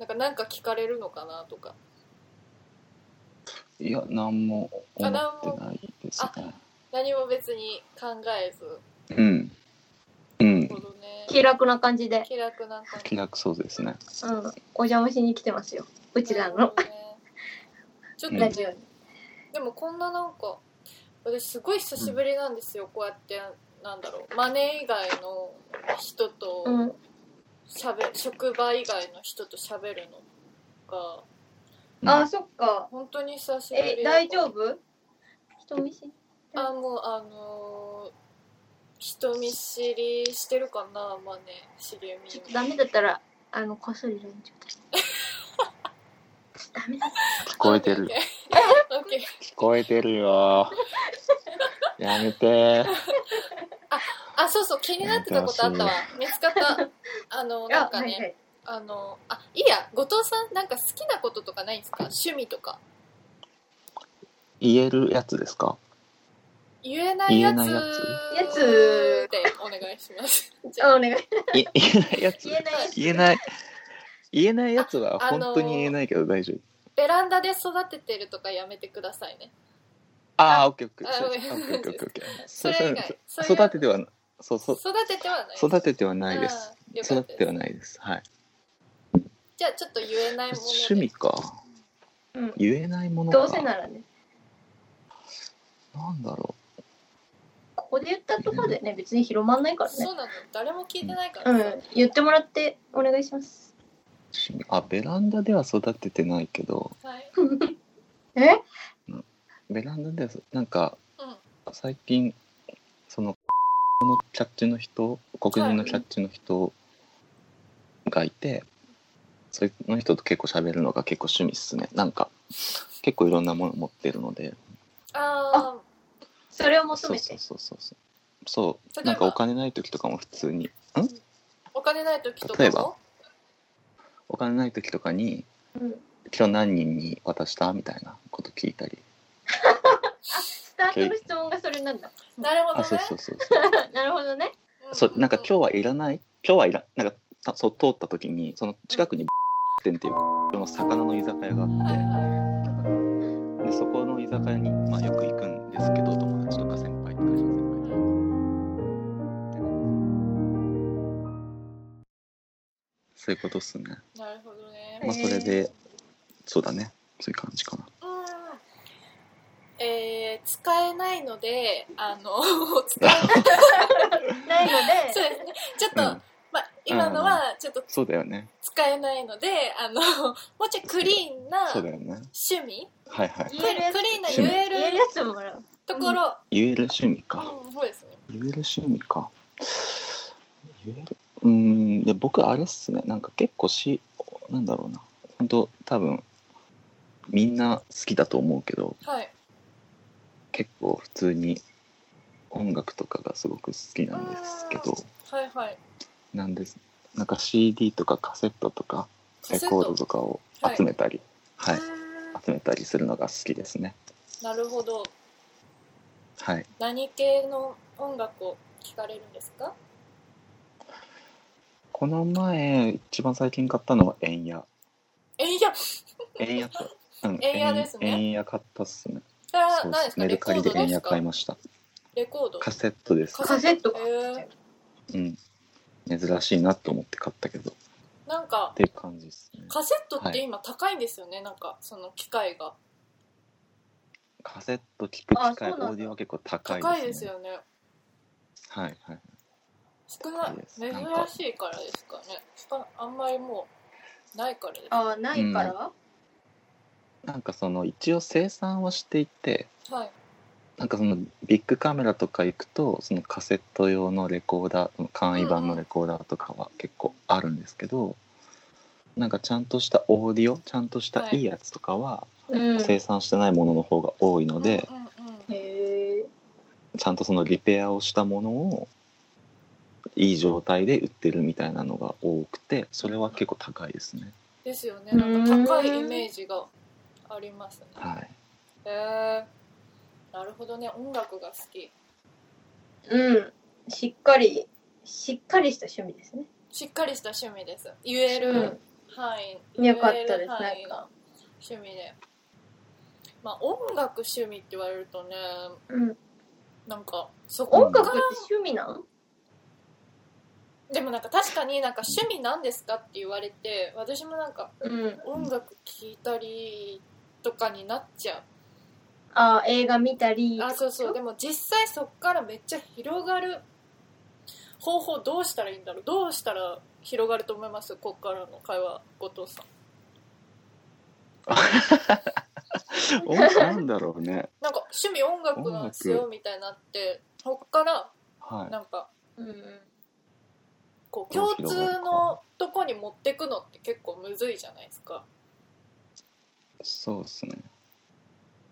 [SPEAKER 1] なんかなんか聞かれるのかなとか
[SPEAKER 3] いや、何も思ってないですね。
[SPEAKER 1] 何も別に考えず
[SPEAKER 3] うん。うん
[SPEAKER 1] な。るほどね
[SPEAKER 2] 気楽な感じで、
[SPEAKER 1] 気楽な感
[SPEAKER 3] 気楽そうですね。
[SPEAKER 2] うん、お邪魔しに来てますようちら
[SPEAKER 1] なる
[SPEAKER 2] の
[SPEAKER 1] ほどねちょっと
[SPEAKER 3] うん
[SPEAKER 2] ラ
[SPEAKER 1] ね
[SPEAKER 2] ジオに、
[SPEAKER 1] でもこんななんか私すごい久しぶりなんですよ、こうやってなんだろうマネー以外の人と
[SPEAKER 2] うん
[SPEAKER 1] しゃべ、職場以外の人と喋るのが
[SPEAKER 2] あーそっか
[SPEAKER 1] 本当に久しぶり
[SPEAKER 2] え大丈夫人見知り
[SPEAKER 1] あもうあのー人見知りしてるかなマネ知りみ
[SPEAKER 2] ちょっとダメだったらあのこっそり LINE ちょ うだいダメだった
[SPEAKER 3] 聞こえてる。
[SPEAKER 1] オッケー
[SPEAKER 3] 聞こえてる よ。やめて。
[SPEAKER 1] あそうそう気になってたことあったわ見つかったあのなんかねあのあいいや後藤さんなんか好きなこととかないんですか趣味とか
[SPEAKER 3] 言えるやつですか
[SPEAKER 1] 言えないやつ
[SPEAKER 3] 言えないや
[SPEAKER 2] つやつ
[SPEAKER 1] でお願いし ます。じゃあ
[SPEAKER 2] あお願い
[SPEAKER 3] い言えないやつ
[SPEAKER 2] 言えない
[SPEAKER 3] 言えない。言えないやつは本当に言えないけど大丈夫。
[SPEAKER 1] ベランダで育ててるとかやめてくださいね。
[SPEAKER 3] ああ、オッケーオッケー。
[SPEAKER 1] あ
[SPEAKER 3] そう
[SPEAKER 1] ごめ
[SPEAKER 3] オ
[SPEAKER 1] ん
[SPEAKER 3] ッケーオッケーオッケー。
[SPEAKER 1] それ以外
[SPEAKER 3] そ
[SPEAKER 1] そういう
[SPEAKER 3] 育てては、そうそう
[SPEAKER 1] 育。ててはない。
[SPEAKER 3] 育ててはないです。
[SPEAKER 1] あー。よか
[SPEAKER 3] 育
[SPEAKER 1] ったです
[SPEAKER 3] ててはないです。はい。
[SPEAKER 1] じゃあちょっと言えないもので。
[SPEAKER 3] 趣味か。
[SPEAKER 2] うん
[SPEAKER 3] 言えないものか。
[SPEAKER 2] どうせならね
[SPEAKER 3] なんだろ
[SPEAKER 2] ここで言ったところでね別に広まんないからね
[SPEAKER 1] そうなの。誰も聞いてないから
[SPEAKER 2] う
[SPEAKER 1] さ。
[SPEAKER 2] ん言ってもらってお願いします
[SPEAKER 3] う。趣味あ、ベランダでは育ててないけど、
[SPEAKER 1] はい。
[SPEAKER 2] え
[SPEAKER 3] ベランダではそなんか
[SPEAKER 1] うん。
[SPEAKER 3] 最近そののキャッチの人黒人のキャッチの人がいて、その人と結構喋るのが結構趣味っすねなんか結構いろんなもの持ってるので
[SPEAKER 1] あ
[SPEAKER 2] それを求
[SPEAKER 3] そう
[SPEAKER 2] め
[SPEAKER 3] そう
[SPEAKER 2] て
[SPEAKER 3] そうそうそうそう
[SPEAKER 1] 例えば
[SPEAKER 3] なんかお金ない時とかも普通に
[SPEAKER 1] あお金ない時とかも。
[SPEAKER 3] 例えばお金ない時とかに
[SPEAKER 2] うん
[SPEAKER 3] 今日何人に渡したみたいなこと聞いたり
[SPEAKER 2] スタートの質問がそれなんだ。
[SPEAKER 1] なるほど
[SPEAKER 3] あ
[SPEAKER 1] ね。
[SPEAKER 3] そうそうそうそう
[SPEAKER 2] なるほどね。
[SPEAKER 3] そうなんか今日はいらない今日はいらなんかたそう通った時にその近くに店っていうの魚の居酒屋があって。
[SPEAKER 1] はいは
[SPEAKER 3] でそこの居酒屋に、まあ、よく行くんですけど友達とか先輩とか先輩そういうことっすね、
[SPEAKER 1] い。なるほどね。
[SPEAKER 3] まあ、それでそうだねそういう感じかな
[SPEAKER 1] うん。えー、使えないの で、あの、使えない。
[SPEAKER 2] ないので
[SPEAKER 1] そう、ですね。ちょっと、
[SPEAKER 3] うん
[SPEAKER 1] まあ、今のはちょっと
[SPEAKER 3] そうだよね
[SPEAKER 1] 使えないので、あの、もうちょいクリーンな
[SPEAKER 3] そうだ
[SPEAKER 1] 趣
[SPEAKER 3] よね
[SPEAKER 1] 味
[SPEAKER 3] はいはい
[SPEAKER 1] クリ
[SPEAKER 2] 言えるやつ
[SPEAKER 1] ーンな
[SPEAKER 3] 趣味
[SPEAKER 1] 言え
[SPEAKER 2] 言える
[SPEAKER 1] る
[SPEAKER 2] やつもらう。
[SPEAKER 1] ところ、
[SPEAKER 3] 言える趣味
[SPEAKER 1] う
[SPEAKER 3] か
[SPEAKER 1] んそうですね。
[SPEAKER 3] 言える趣味か言えるうーんで僕あれっすねなんか結構しなんだろうな本当多分みんな好きだと思うけど
[SPEAKER 1] はい。
[SPEAKER 3] 結構普通に音楽とかがすごく好きなんですけど
[SPEAKER 1] はいはい
[SPEAKER 3] なんですなんか CD とかカセットとかレコードとかを
[SPEAKER 1] はい
[SPEAKER 3] 集めたりはい、
[SPEAKER 1] う
[SPEAKER 3] 集めたりするのが好きですね
[SPEAKER 1] ーんなるほど
[SPEAKER 3] はい
[SPEAKER 1] 何系の音楽を聴かれるんですか
[SPEAKER 3] この前一番最近買ったのは円屋
[SPEAKER 1] えいや
[SPEAKER 3] 円屋と、う ん、
[SPEAKER 1] 円屋ですね
[SPEAKER 3] 円円屋買ったっすね
[SPEAKER 1] それは
[SPEAKER 3] そう
[SPEAKER 1] 何ですか
[SPEAKER 3] メ
[SPEAKER 1] レ
[SPEAKER 3] ル
[SPEAKER 1] コ
[SPEAKER 3] カ
[SPEAKER 1] ー
[SPEAKER 3] リ
[SPEAKER 1] ド
[SPEAKER 3] で円
[SPEAKER 1] です
[SPEAKER 3] 屋
[SPEAKER 1] か
[SPEAKER 3] 買いました
[SPEAKER 1] レコード
[SPEAKER 3] カセットです
[SPEAKER 2] カセットか。
[SPEAKER 1] え
[SPEAKER 3] うん珍しいなと思って買ったけどっ
[SPEAKER 1] ー、なんか
[SPEAKER 3] ていう感じですね
[SPEAKER 1] カセットっ
[SPEAKER 3] は
[SPEAKER 1] て
[SPEAKER 3] い
[SPEAKER 1] 今高いんですよね、なんかその機械が
[SPEAKER 3] カセット聞く機
[SPEAKER 2] あそう
[SPEAKER 3] 会
[SPEAKER 2] なんだ
[SPEAKER 3] オーディオは結構高いです,、ね、
[SPEAKER 1] 高いですよね
[SPEAKER 3] はいはい
[SPEAKER 1] 少ない
[SPEAKER 3] 高いです
[SPEAKER 1] 珍
[SPEAKER 3] なんか
[SPEAKER 1] しいからですかねしかあんまりもうないからです
[SPEAKER 2] ああ、ないから、
[SPEAKER 3] なんかその一応生産をしていて
[SPEAKER 1] はい
[SPEAKER 3] なんかそのビッグカメラとか行くとそのカセット用のレコーダーその簡易版のレコーダーとかは結構あるんですけど、なんかちゃんとしたオーディオちゃんとしたいいやつとかは
[SPEAKER 2] うん。
[SPEAKER 3] 生産してないものの方が多いので、
[SPEAKER 1] うんうんうん
[SPEAKER 2] へえ。
[SPEAKER 3] ちゃんとそのリペアをしたものをいい状態で売ってるみたいなのが多くてそれは結構高いですね
[SPEAKER 1] ですよねなんか高いイメージがありますね
[SPEAKER 3] はい
[SPEAKER 1] へえー、なるほどね音楽が好き
[SPEAKER 2] うん。しっかり、しっかりした趣味ですね。
[SPEAKER 1] しっかりした趣味です言え
[SPEAKER 2] う
[SPEAKER 1] る
[SPEAKER 2] ん。
[SPEAKER 1] 範囲、
[SPEAKER 2] よかった
[SPEAKER 1] 言え
[SPEAKER 2] です
[SPEAKER 1] る範囲の趣味でまあ音楽趣味って言われるとね
[SPEAKER 2] うん、
[SPEAKER 1] なんかそこ
[SPEAKER 2] 音楽って趣味なん
[SPEAKER 1] でもなんか確かになんか趣味なんですかって言われて私もなんか
[SPEAKER 2] うん。
[SPEAKER 1] 音楽聴いたりとかになっちゃう
[SPEAKER 2] ああ、映画見たり。
[SPEAKER 1] あそうそうでも実際そっからめっちゃ広がる方法どうしたらいいんだろうどうしたら広がると思いますこっからの会話後藤さん
[SPEAKER 3] おなんだろうね
[SPEAKER 1] なんか趣味音楽なんですよみたいになってそっから
[SPEAKER 3] はい
[SPEAKER 1] なんか
[SPEAKER 2] うんうん。
[SPEAKER 1] こう
[SPEAKER 3] どう
[SPEAKER 1] 共
[SPEAKER 3] 広がる
[SPEAKER 1] 通
[SPEAKER 3] か
[SPEAKER 1] のとこに持ってくのって結構むずいじゃないですか
[SPEAKER 3] そうですね。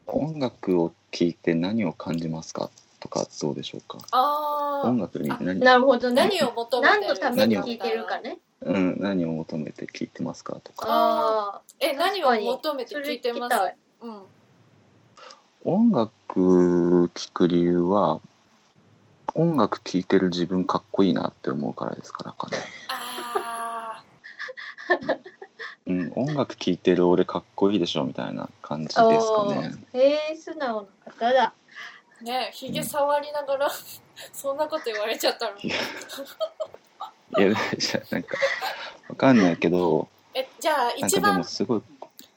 [SPEAKER 3] 音楽を聴いて何を感じますかとかどうでしょうか。
[SPEAKER 1] あ
[SPEAKER 3] 音
[SPEAKER 1] ー
[SPEAKER 3] 楽に何,、
[SPEAKER 2] なるほどね。
[SPEAKER 1] 何を求めて
[SPEAKER 2] 何
[SPEAKER 1] る
[SPEAKER 2] のために聞いてるかね。
[SPEAKER 3] うん、何を求めて聴いてますかとか。
[SPEAKER 1] あ
[SPEAKER 2] あ
[SPEAKER 1] え何を求
[SPEAKER 2] あ
[SPEAKER 1] め
[SPEAKER 2] ー、
[SPEAKER 1] て
[SPEAKER 2] それ
[SPEAKER 1] 聞
[SPEAKER 2] 聞
[SPEAKER 1] い
[SPEAKER 2] きた
[SPEAKER 1] て
[SPEAKER 2] い。
[SPEAKER 1] ますうん
[SPEAKER 3] 音楽聴く理由は、音楽聴いてる自分かっこいいなって思うからですからかね。
[SPEAKER 1] あ
[SPEAKER 3] うん、音楽聴いてる俺かっこいいでしょみたいな感じですかね。
[SPEAKER 2] えー、素直な方だ。
[SPEAKER 1] ーねえひげ触りながら そんなこと言われちゃったら
[SPEAKER 3] いやいや、じゃあなんか、わかんないけど、
[SPEAKER 1] えじゃあ
[SPEAKER 3] なん
[SPEAKER 1] 一
[SPEAKER 3] かで
[SPEAKER 1] 番
[SPEAKER 3] もすごい、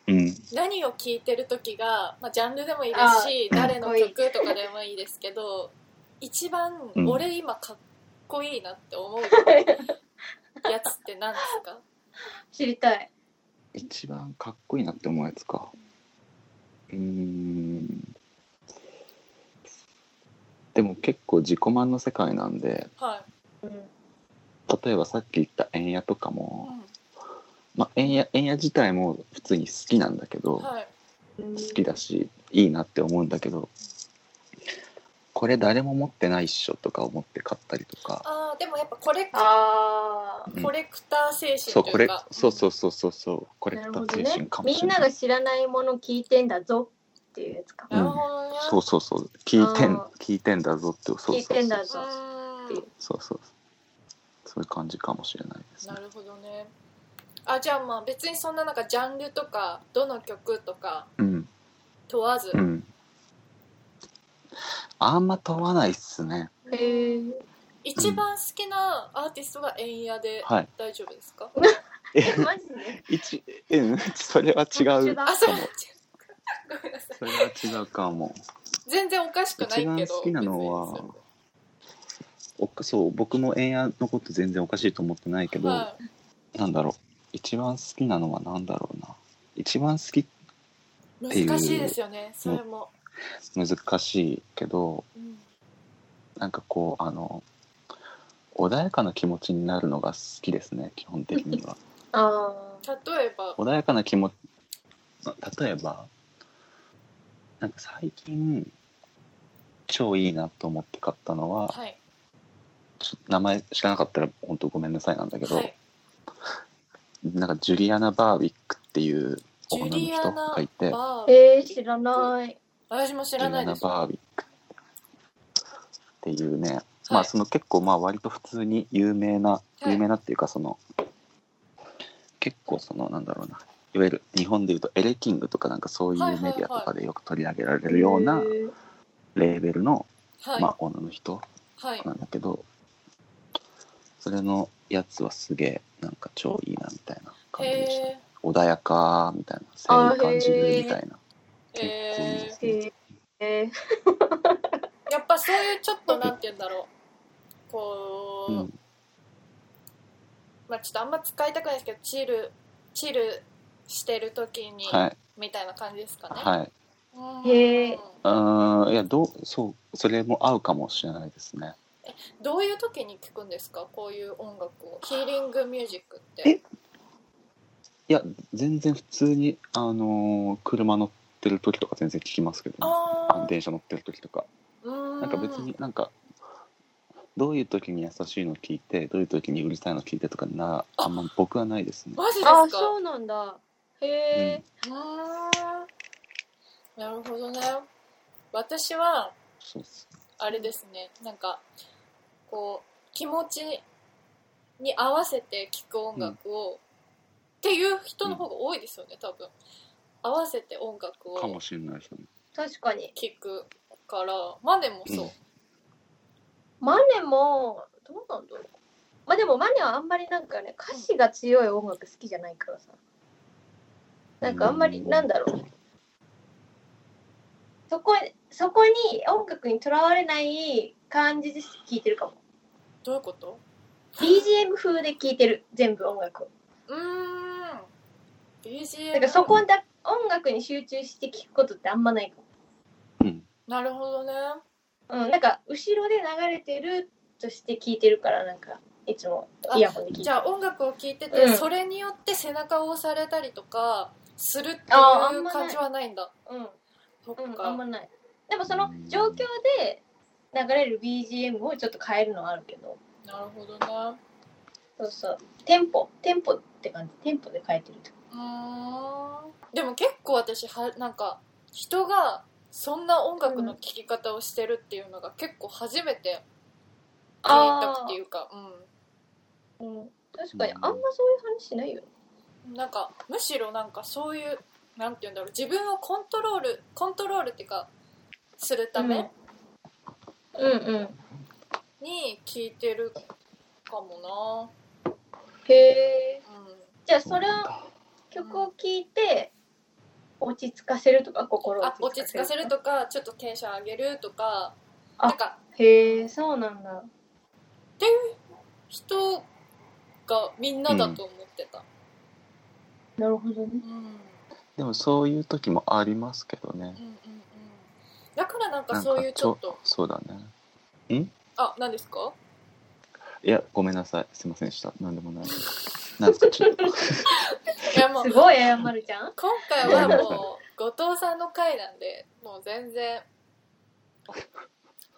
[SPEAKER 3] うん、
[SPEAKER 1] 何を聴いてる時が、まあ、ジャンルでもいいで
[SPEAKER 2] あ
[SPEAKER 1] すし
[SPEAKER 3] うん
[SPEAKER 1] 誰の曲とかでもいいですけど一番
[SPEAKER 3] うん
[SPEAKER 1] 俺今かっこいいなって思うやつって何ですか
[SPEAKER 2] 知りたい。
[SPEAKER 3] 一番かっこいいなって思うやつかうーんでも結構自己満の世界なんで
[SPEAKER 1] は
[SPEAKER 2] うん。
[SPEAKER 3] 例えばさっき言った円屋とか
[SPEAKER 1] い、
[SPEAKER 3] も、
[SPEAKER 1] う
[SPEAKER 3] まあ、円屋円屋自体も普通に好きなんだけど、
[SPEAKER 1] ん、はい
[SPEAKER 2] 好
[SPEAKER 3] 好きだしいいなって思うんだけどこれ誰も持ってないっしょとか思って買ったりとか
[SPEAKER 1] ああでもやっぱコレク
[SPEAKER 2] あ
[SPEAKER 3] うん
[SPEAKER 1] コレクター精
[SPEAKER 3] そう
[SPEAKER 1] 神
[SPEAKER 3] こと
[SPEAKER 1] いう
[SPEAKER 3] れ
[SPEAKER 1] か
[SPEAKER 3] そうそうそうそうそうコ
[SPEAKER 2] あ、
[SPEAKER 3] レ
[SPEAKER 2] なる
[SPEAKER 3] クタ
[SPEAKER 2] ほど
[SPEAKER 3] ー精
[SPEAKER 2] ね
[SPEAKER 3] 神か。も
[SPEAKER 2] み
[SPEAKER 3] し
[SPEAKER 2] ん
[SPEAKER 3] れ
[SPEAKER 2] な
[SPEAKER 3] ない
[SPEAKER 2] が知らないもの聞いてんだぞっていうやつか。
[SPEAKER 1] なるほどね、
[SPEAKER 3] そうそうそう聞いてん
[SPEAKER 2] あ
[SPEAKER 3] 聞いてんだぞってそうそうそう
[SPEAKER 2] 聞いてんだぞ
[SPEAKER 1] うーん
[SPEAKER 3] そうそうそういう感じかもしれないです
[SPEAKER 1] な
[SPEAKER 3] ね。
[SPEAKER 1] るほどねあじゃあまあ別にそんななんかジャンルとかどの曲とか
[SPEAKER 3] うん
[SPEAKER 1] 問わず、
[SPEAKER 3] うん。あんま問わないっすね。
[SPEAKER 2] へえー。
[SPEAKER 1] 一番好きなアーティストが円屋で
[SPEAKER 3] はい。
[SPEAKER 1] 大丈夫ですか、
[SPEAKER 2] え、マジで
[SPEAKER 3] 一うんそれは違
[SPEAKER 2] 違
[SPEAKER 3] う
[SPEAKER 2] う
[SPEAKER 3] か
[SPEAKER 1] あそれ
[SPEAKER 3] も。
[SPEAKER 1] ごめんなさい
[SPEAKER 3] それは違うかも。
[SPEAKER 1] 全然おかしくないけ
[SPEAKER 3] 一
[SPEAKER 1] ど
[SPEAKER 3] 番好きなの
[SPEAKER 1] 別
[SPEAKER 3] は
[SPEAKER 1] に。
[SPEAKER 3] おそう僕も円屋のこと全然おかしいと思ってないけど、
[SPEAKER 1] はい
[SPEAKER 3] なんだろう一番好きなのはなんだろうな一番好きていう
[SPEAKER 1] 難しいですよねそれも、
[SPEAKER 3] 難しいけど
[SPEAKER 1] うん
[SPEAKER 3] なんかこうあの穏やかな気持ちになるのが好きですね基本的には。
[SPEAKER 2] ああ。
[SPEAKER 1] 例えば
[SPEAKER 3] 穏やかな気持ちま例えばなんか最近超いいなと思って買ったのは、
[SPEAKER 1] はい
[SPEAKER 3] ちょ名前知らなかったら本当ごめんなさいなんだけど、
[SPEAKER 1] はい
[SPEAKER 3] なんかジュリアナ・バーウィックっていう
[SPEAKER 1] ジ
[SPEAKER 3] 女
[SPEAKER 1] ュ
[SPEAKER 3] の
[SPEAKER 1] リア
[SPEAKER 3] 人
[SPEAKER 1] ナ・
[SPEAKER 3] がいて
[SPEAKER 1] バー
[SPEAKER 2] えー、知らない。
[SPEAKER 1] 私も知
[SPEAKER 3] ジ
[SPEAKER 1] ら
[SPEAKER 3] ュリ
[SPEAKER 1] な
[SPEAKER 3] ア
[SPEAKER 1] い
[SPEAKER 3] ナ・
[SPEAKER 1] です
[SPEAKER 3] バーウィックっていうね、まあその結構まあ割と普通に有名な、
[SPEAKER 1] い
[SPEAKER 3] 有名なっていうかその結構そのなんだろうないわゆる日本でいうとエレキングとかなんかそうい
[SPEAKER 1] はいは
[SPEAKER 3] う
[SPEAKER 1] いはい
[SPEAKER 3] メディアとかでよく取り上げられるようなレーベルの、
[SPEAKER 1] はい、
[SPEAKER 3] まあ、女の人
[SPEAKER 1] はい
[SPEAKER 3] なんだけどそれのやつはすげえなんか超いいなみたいな感じでした
[SPEAKER 1] へ
[SPEAKER 3] 穏やかみたいなそういう感じ
[SPEAKER 2] あーへー
[SPEAKER 3] みたいな
[SPEAKER 1] え
[SPEAKER 3] 結構いい
[SPEAKER 2] え
[SPEAKER 3] です
[SPEAKER 2] ー
[SPEAKER 3] ね
[SPEAKER 2] えー
[SPEAKER 1] やっぱそういうちょっとなんて言うんだろうこう、
[SPEAKER 3] うん
[SPEAKER 1] まあちょっとあんま使いたくないですけどチルチルしてる時に、
[SPEAKER 3] はい
[SPEAKER 1] みたいな感じですかね、
[SPEAKER 3] はい
[SPEAKER 1] うん
[SPEAKER 2] へー
[SPEAKER 3] あーいやどうそうそれも合うかもしれないですね
[SPEAKER 1] どういう時に聞くんですかこういう音楽をヒーリングミュージックって
[SPEAKER 3] えいや全然普通にあのー車乗ってる時とか全然聞きますけど、ね、
[SPEAKER 1] あ
[SPEAKER 3] 電車乗ってる時とか
[SPEAKER 1] あな
[SPEAKER 3] なんか別になんかどういう時に優しいの聞いてどういう時にうるさいの聞いてとかなあんま僕はないですね
[SPEAKER 1] マジですか
[SPEAKER 2] あ、そうなんだ。へえ。
[SPEAKER 1] うーんなるほどね私は
[SPEAKER 3] そうっす
[SPEAKER 1] あれですねなんかこう気持ちに合わせて聴く音楽を、っていう人の方が多いですよね多分合わせて音楽
[SPEAKER 3] か
[SPEAKER 1] を
[SPEAKER 3] もしれないですね
[SPEAKER 2] 確かに。
[SPEAKER 1] 聴くからマネもそう、
[SPEAKER 3] うん
[SPEAKER 2] マネも、どうなんだろう。まあでもマネはあんまりなんかね、歌詞が強い音楽好きじゃないからさ。なんかあんまり、
[SPEAKER 3] うん
[SPEAKER 2] なんだろう。そこ、そこに音楽にとらわれない感じで聴いてるかも。
[SPEAKER 1] どういうこと
[SPEAKER 2] BGM 風で聴いてる、全部音楽を。
[SPEAKER 1] うーん BGM
[SPEAKER 2] なんかそこだ、音楽に集中して聴くことってあんまないかも。
[SPEAKER 3] うん
[SPEAKER 1] なるほどね
[SPEAKER 2] うん、なんか後ろで流れてるとして聞いてるからなんかいつもイヤホンで聞い
[SPEAKER 1] じ
[SPEAKER 2] て
[SPEAKER 1] ゃあ音楽を聴いてて、
[SPEAKER 2] うん
[SPEAKER 1] それによって背中を押されたりとかするって
[SPEAKER 2] あーあ
[SPEAKER 1] い
[SPEAKER 2] ん
[SPEAKER 1] う
[SPEAKER 2] まない
[SPEAKER 1] 感じはないんだ
[SPEAKER 2] うん、
[SPEAKER 1] そっ
[SPEAKER 2] うん、
[SPEAKER 1] か、
[SPEAKER 2] あんまないでもその状況で流れる BGM をちょっと変えるのはあるけど
[SPEAKER 1] なるほどね
[SPEAKER 2] そうそうテンポテンポって感じテンポで変えてると
[SPEAKER 1] うーんでも結構私はなんか人がそんな音楽の聴き方をしてるっていうのが結構初めて聞いたっていうか
[SPEAKER 2] うん、確かにあんまそういう話しないよね
[SPEAKER 1] うんなんかむしろなんかそういうなんて言うんだろう自分をコントロールコントロールっていうかするため
[SPEAKER 2] うんうん
[SPEAKER 1] に聞いてるかも
[SPEAKER 2] へえ
[SPEAKER 1] なうん
[SPEAKER 2] じゃあ
[SPEAKER 3] そ
[SPEAKER 2] そうれ
[SPEAKER 3] なん
[SPEAKER 2] を
[SPEAKER 3] だ
[SPEAKER 2] 曲を聴いて落ち着かせるとか心を
[SPEAKER 1] あ落ち着かせるとかちょっとテンション上げるとか
[SPEAKER 2] あ
[SPEAKER 1] なんか
[SPEAKER 2] へえそうなんだ
[SPEAKER 1] 人がみんなだと思ってた、
[SPEAKER 2] なるほどね
[SPEAKER 1] うんうん、うんうん
[SPEAKER 3] でもそういう時もありますけどね
[SPEAKER 1] うんだからなんか
[SPEAKER 3] なん
[SPEAKER 1] そういう
[SPEAKER 3] か
[SPEAKER 1] ちょっと
[SPEAKER 3] そうだね
[SPEAKER 1] あ何ですか
[SPEAKER 3] いやごめんなさいすいませんでしたなんでもないなんですかちょっと
[SPEAKER 1] いやもう
[SPEAKER 2] す
[SPEAKER 1] 今
[SPEAKER 2] ごい謝るじゃん
[SPEAKER 1] 回はもう後藤さんの回なんでもう全然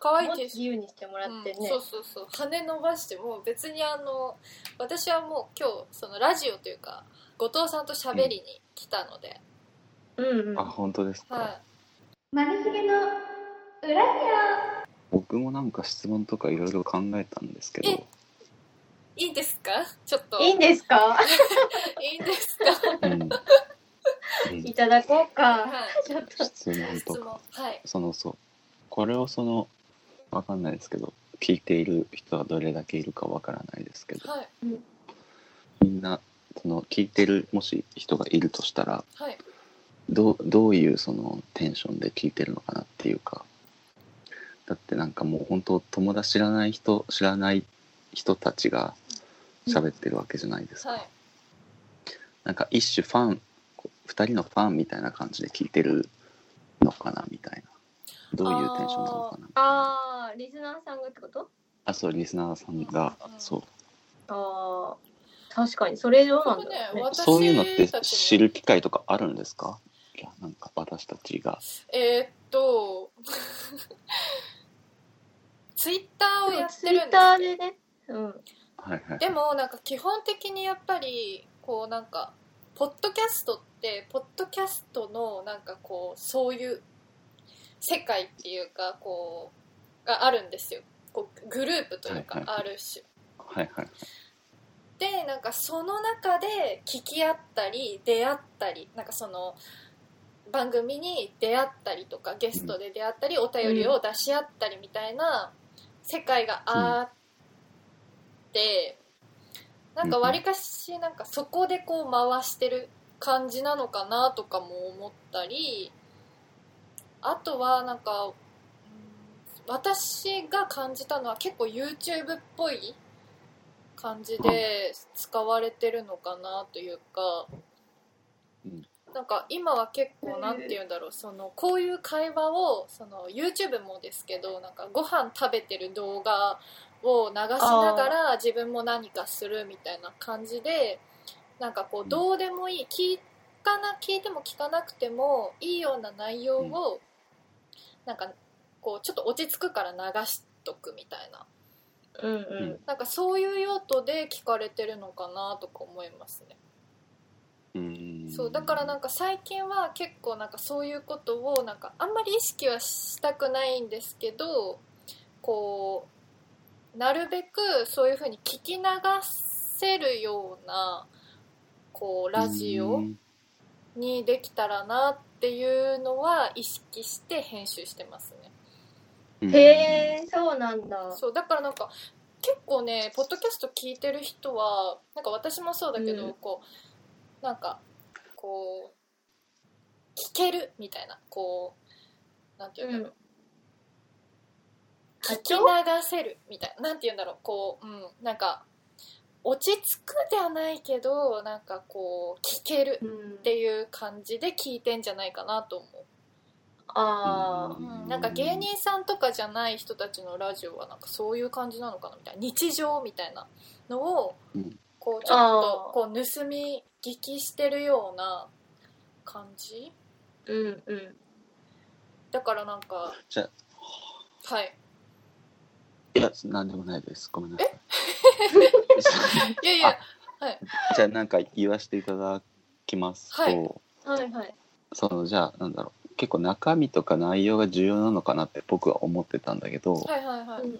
[SPEAKER 1] 可愛い
[SPEAKER 2] もっと
[SPEAKER 1] T シャツ
[SPEAKER 2] 自由にしてもらってね、
[SPEAKER 1] うん、そうそうそう羽伸ばしてもう別にあの私はもう今日そのラジオというか後藤さんと喋りに来たので、
[SPEAKER 2] うんうん
[SPEAKER 3] あ本当ですか、
[SPEAKER 1] はい
[SPEAKER 4] マネヒゲの裏ジ
[SPEAKER 3] 僕もなんか質問とかいろいろ考えたんですけど、
[SPEAKER 1] いいですかちょっと
[SPEAKER 2] いいんです か
[SPEAKER 1] いいんですか
[SPEAKER 3] うんうん、
[SPEAKER 2] いただこう か。
[SPEAKER 1] はい
[SPEAKER 2] ちょっと。
[SPEAKER 3] 質問
[SPEAKER 1] 質
[SPEAKER 3] と
[SPEAKER 1] 問
[SPEAKER 3] か
[SPEAKER 1] はい
[SPEAKER 3] そのそうこれをそのわかんないですけど聞いている人はどれだけいるかわからないですけど
[SPEAKER 1] はい
[SPEAKER 3] みんなその聞いてるもし人がいるとしたら
[SPEAKER 1] はい
[SPEAKER 3] どうどういうそのテンションで聞いてるのかなっていうかだってなんかもう本当友達知らない人知らない人たちが喋ってるわけじゃないですか、
[SPEAKER 1] はい
[SPEAKER 3] なんか一種ファン2人のファンみたいな感じで聞いてるのかなみたいなどういうテンションなのかな
[SPEAKER 2] あー、リスナーさんがってこと
[SPEAKER 3] あそうリスナーさんが
[SPEAKER 1] うん
[SPEAKER 3] そう
[SPEAKER 2] あー、確かに。それどうなんだろ
[SPEAKER 1] これ
[SPEAKER 2] うね。
[SPEAKER 1] ね
[SPEAKER 3] そういうのって
[SPEAKER 1] 私たちも
[SPEAKER 3] 知る機会とかあるんですかいやなんか私たちが
[SPEAKER 1] えーっと ツイッターをやって
[SPEAKER 2] ツ
[SPEAKER 1] る
[SPEAKER 2] イ
[SPEAKER 1] んですよ
[SPEAKER 2] ッターでね。うん。
[SPEAKER 3] はいはい
[SPEAKER 1] でもなんか基本的にやっぱりこうなんかポッドキャストってポッドキャストのなんかこうそういう世界っていうかこうがあるんですよこうグループというか
[SPEAKER 3] はいは
[SPEAKER 1] ある種
[SPEAKER 3] はいはい
[SPEAKER 1] でなんかその中で聞き合ったり出会ったりなんかその番組に出会ったりとかゲストで出会ったり、お便りを出し合ったりみたいな世界があって、なんかわりかしなんかそこでこう回してる感じなのかなとかも思ったりあとはなんかうん私が感じたのは結構 YouTube っぽい感じで使われてるのかなというか
[SPEAKER 3] うん。
[SPEAKER 1] なんか今は結構なんて言うんだろうそのこういう会話をその YouTube もですけどなんかご飯食べてる動画を流しながら自分も何かするみたいな感じでなんかこうどうでもいい聞かな聞いても聞かなくてもいいような内容をなんかこうちょっと落ち着くから流しとくみたいな
[SPEAKER 2] うん
[SPEAKER 3] ん
[SPEAKER 1] なんかそういう用途で聞かれてるのかなとか思いますね。
[SPEAKER 3] うーん
[SPEAKER 1] そうだからなんか最近は結構なんかそういうことをなんかあんまり意識はしたくないんですけどこうなるべくそういうふうに聞き流せるようなこうラジ
[SPEAKER 3] う
[SPEAKER 1] オ
[SPEAKER 3] ん
[SPEAKER 1] にできたらなっていうのは意識して編集してますね。
[SPEAKER 3] う
[SPEAKER 2] うんん。へえ、そうなんだ。
[SPEAKER 1] そうだからなんか結構ねポッドキャスト聞いてる人はなんか私もそうだけど、
[SPEAKER 2] うん
[SPEAKER 1] こうなんかこう聞けるみたいなこうなんて言うんだろう、聞き流せるみたいななんて言うんだろうこう、うん、なんか落ち着くではないけどなんかこう聞ける
[SPEAKER 2] うん
[SPEAKER 1] っ。ていう感じで聞いてんじゃないかなと思う。
[SPEAKER 2] あ
[SPEAKER 1] うんなんか芸人さんとかじゃない人たちのラジオはなんかそういう感じなのかなみたいな日常みたいなのを
[SPEAKER 3] うん
[SPEAKER 1] こうちょっとこう盗み聞きしてるような感じ
[SPEAKER 2] ー。うんうん。
[SPEAKER 1] だからなんか
[SPEAKER 3] じゃ
[SPEAKER 1] はい
[SPEAKER 3] いやなんでもないですごめんなさい
[SPEAKER 1] いやいや
[SPEAKER 3] あ じゃあなんか言わせていただきますと、
[SPEAKER 1] はい
[SPEAKER 2] はいはい。
[SPEAKER 3] そのじゃあなんだろう結構中身とか内容が重要なのかなって僕は思ってたんだけど、
[SPEAKER 1] はいはいはい、
[SPEAKER 2] うん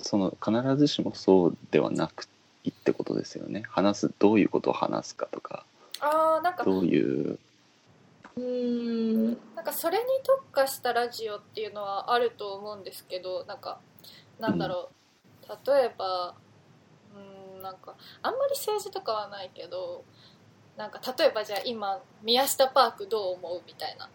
[SPEAKER 3] その必ずしもそうではなくいいってことですよね話すどういうことを話すかとか
[SPEAKER 1] あーなんか
[SPEAKER 3] どういう
[SPEAKER 2] うーん。
[SPEAKER 1] なんかそれに特化したラジオっていうのはあると思うんですけどなんかなんだろう、例えばうーんなんかあんまり政治とかはないけどなんか例えばじゃあ今宮下パークどう思うみたいな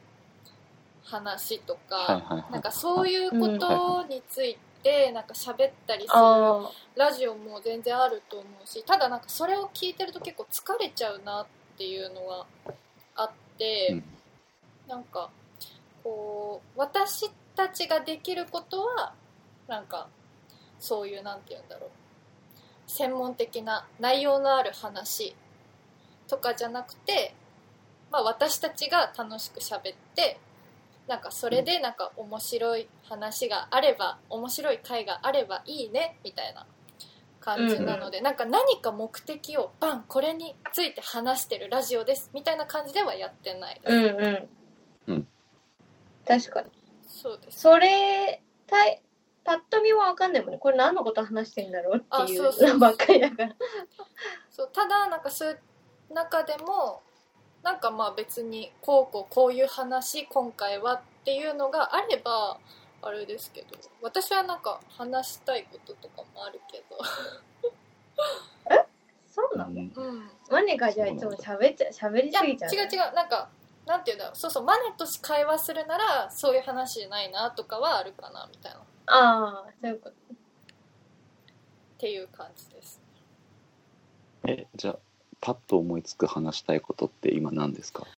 [SPEAKER 1] 話とか、
[SPEAKER 3] はいはいはい
[SPEAKER 1] なんかそういうこ
[SPEAKER 3] は
[SPEAKER 1] とについてなんか喋ったりする
[SPEAKER 2] あ
[SPEAKER 1] ラジオも全然あると思うしただなんかそれを聞いてると結構疲れちゃうなっていうのはあって。
[SPEAKER 3] うん
[SPEAKER 1] なんかこう私たちができることはなんかそういうなんて言うんだろう専門的な内容のある話とかじゃなくて、まあ、私たちが楽しく喋ってなんかそれでなんか面白い話があれば面白い回があればいいねみたいな感じなので、なんか何か目的をバンこれについて話してるラジオですみたいな感じではやってない
[SPEAKER 2] あ。うんうん。
[SPEAKER 3] うん。
[SPEAKER 2] 確かに。
[SPEAKER 1] そうです
[SPEAKER 2] それ、たい、パッと見はわかんないもんね。これ何のこと話してんだろうってい
[SPEAKER 1] あそうそう
[SPEAKER 2] う
[SPEAKER 1] そう
[SPEAKER 2] のばっかりだ から。
[SPEAKER 1] そうただなんかそういう中でもなんかまあ別にこうこうこういう話今回はっていうのがあればあれですけど私はなんか話したいこととかもあるけ
[SPEAKER 2] そう
[SPEAKER 3] う
[SPEAKER 2] なの
[SPEAKER 3] ん
[SPEAKER 1] ど、うん、
[SPEAKER 2] マネがじゃあいつも喋っちゃ、喋り
[SPEAKER 1] いや
[SPEAKER 2] す
[SPEAKER 1] 違う
[SPEAKER 2] ぎちゃう。
[SPEAKER 1] 違うなんかなんていうんだろうそうそうマネと会話するならそういう話じゃないなとかはあるかなみたいなっ
[SPEAKER 2] ああ、そういうこと。
[SPEAKER 1] ていう感じです
[SPEAKER 3] えじゃあパッと思いつく話したいことって今何ですか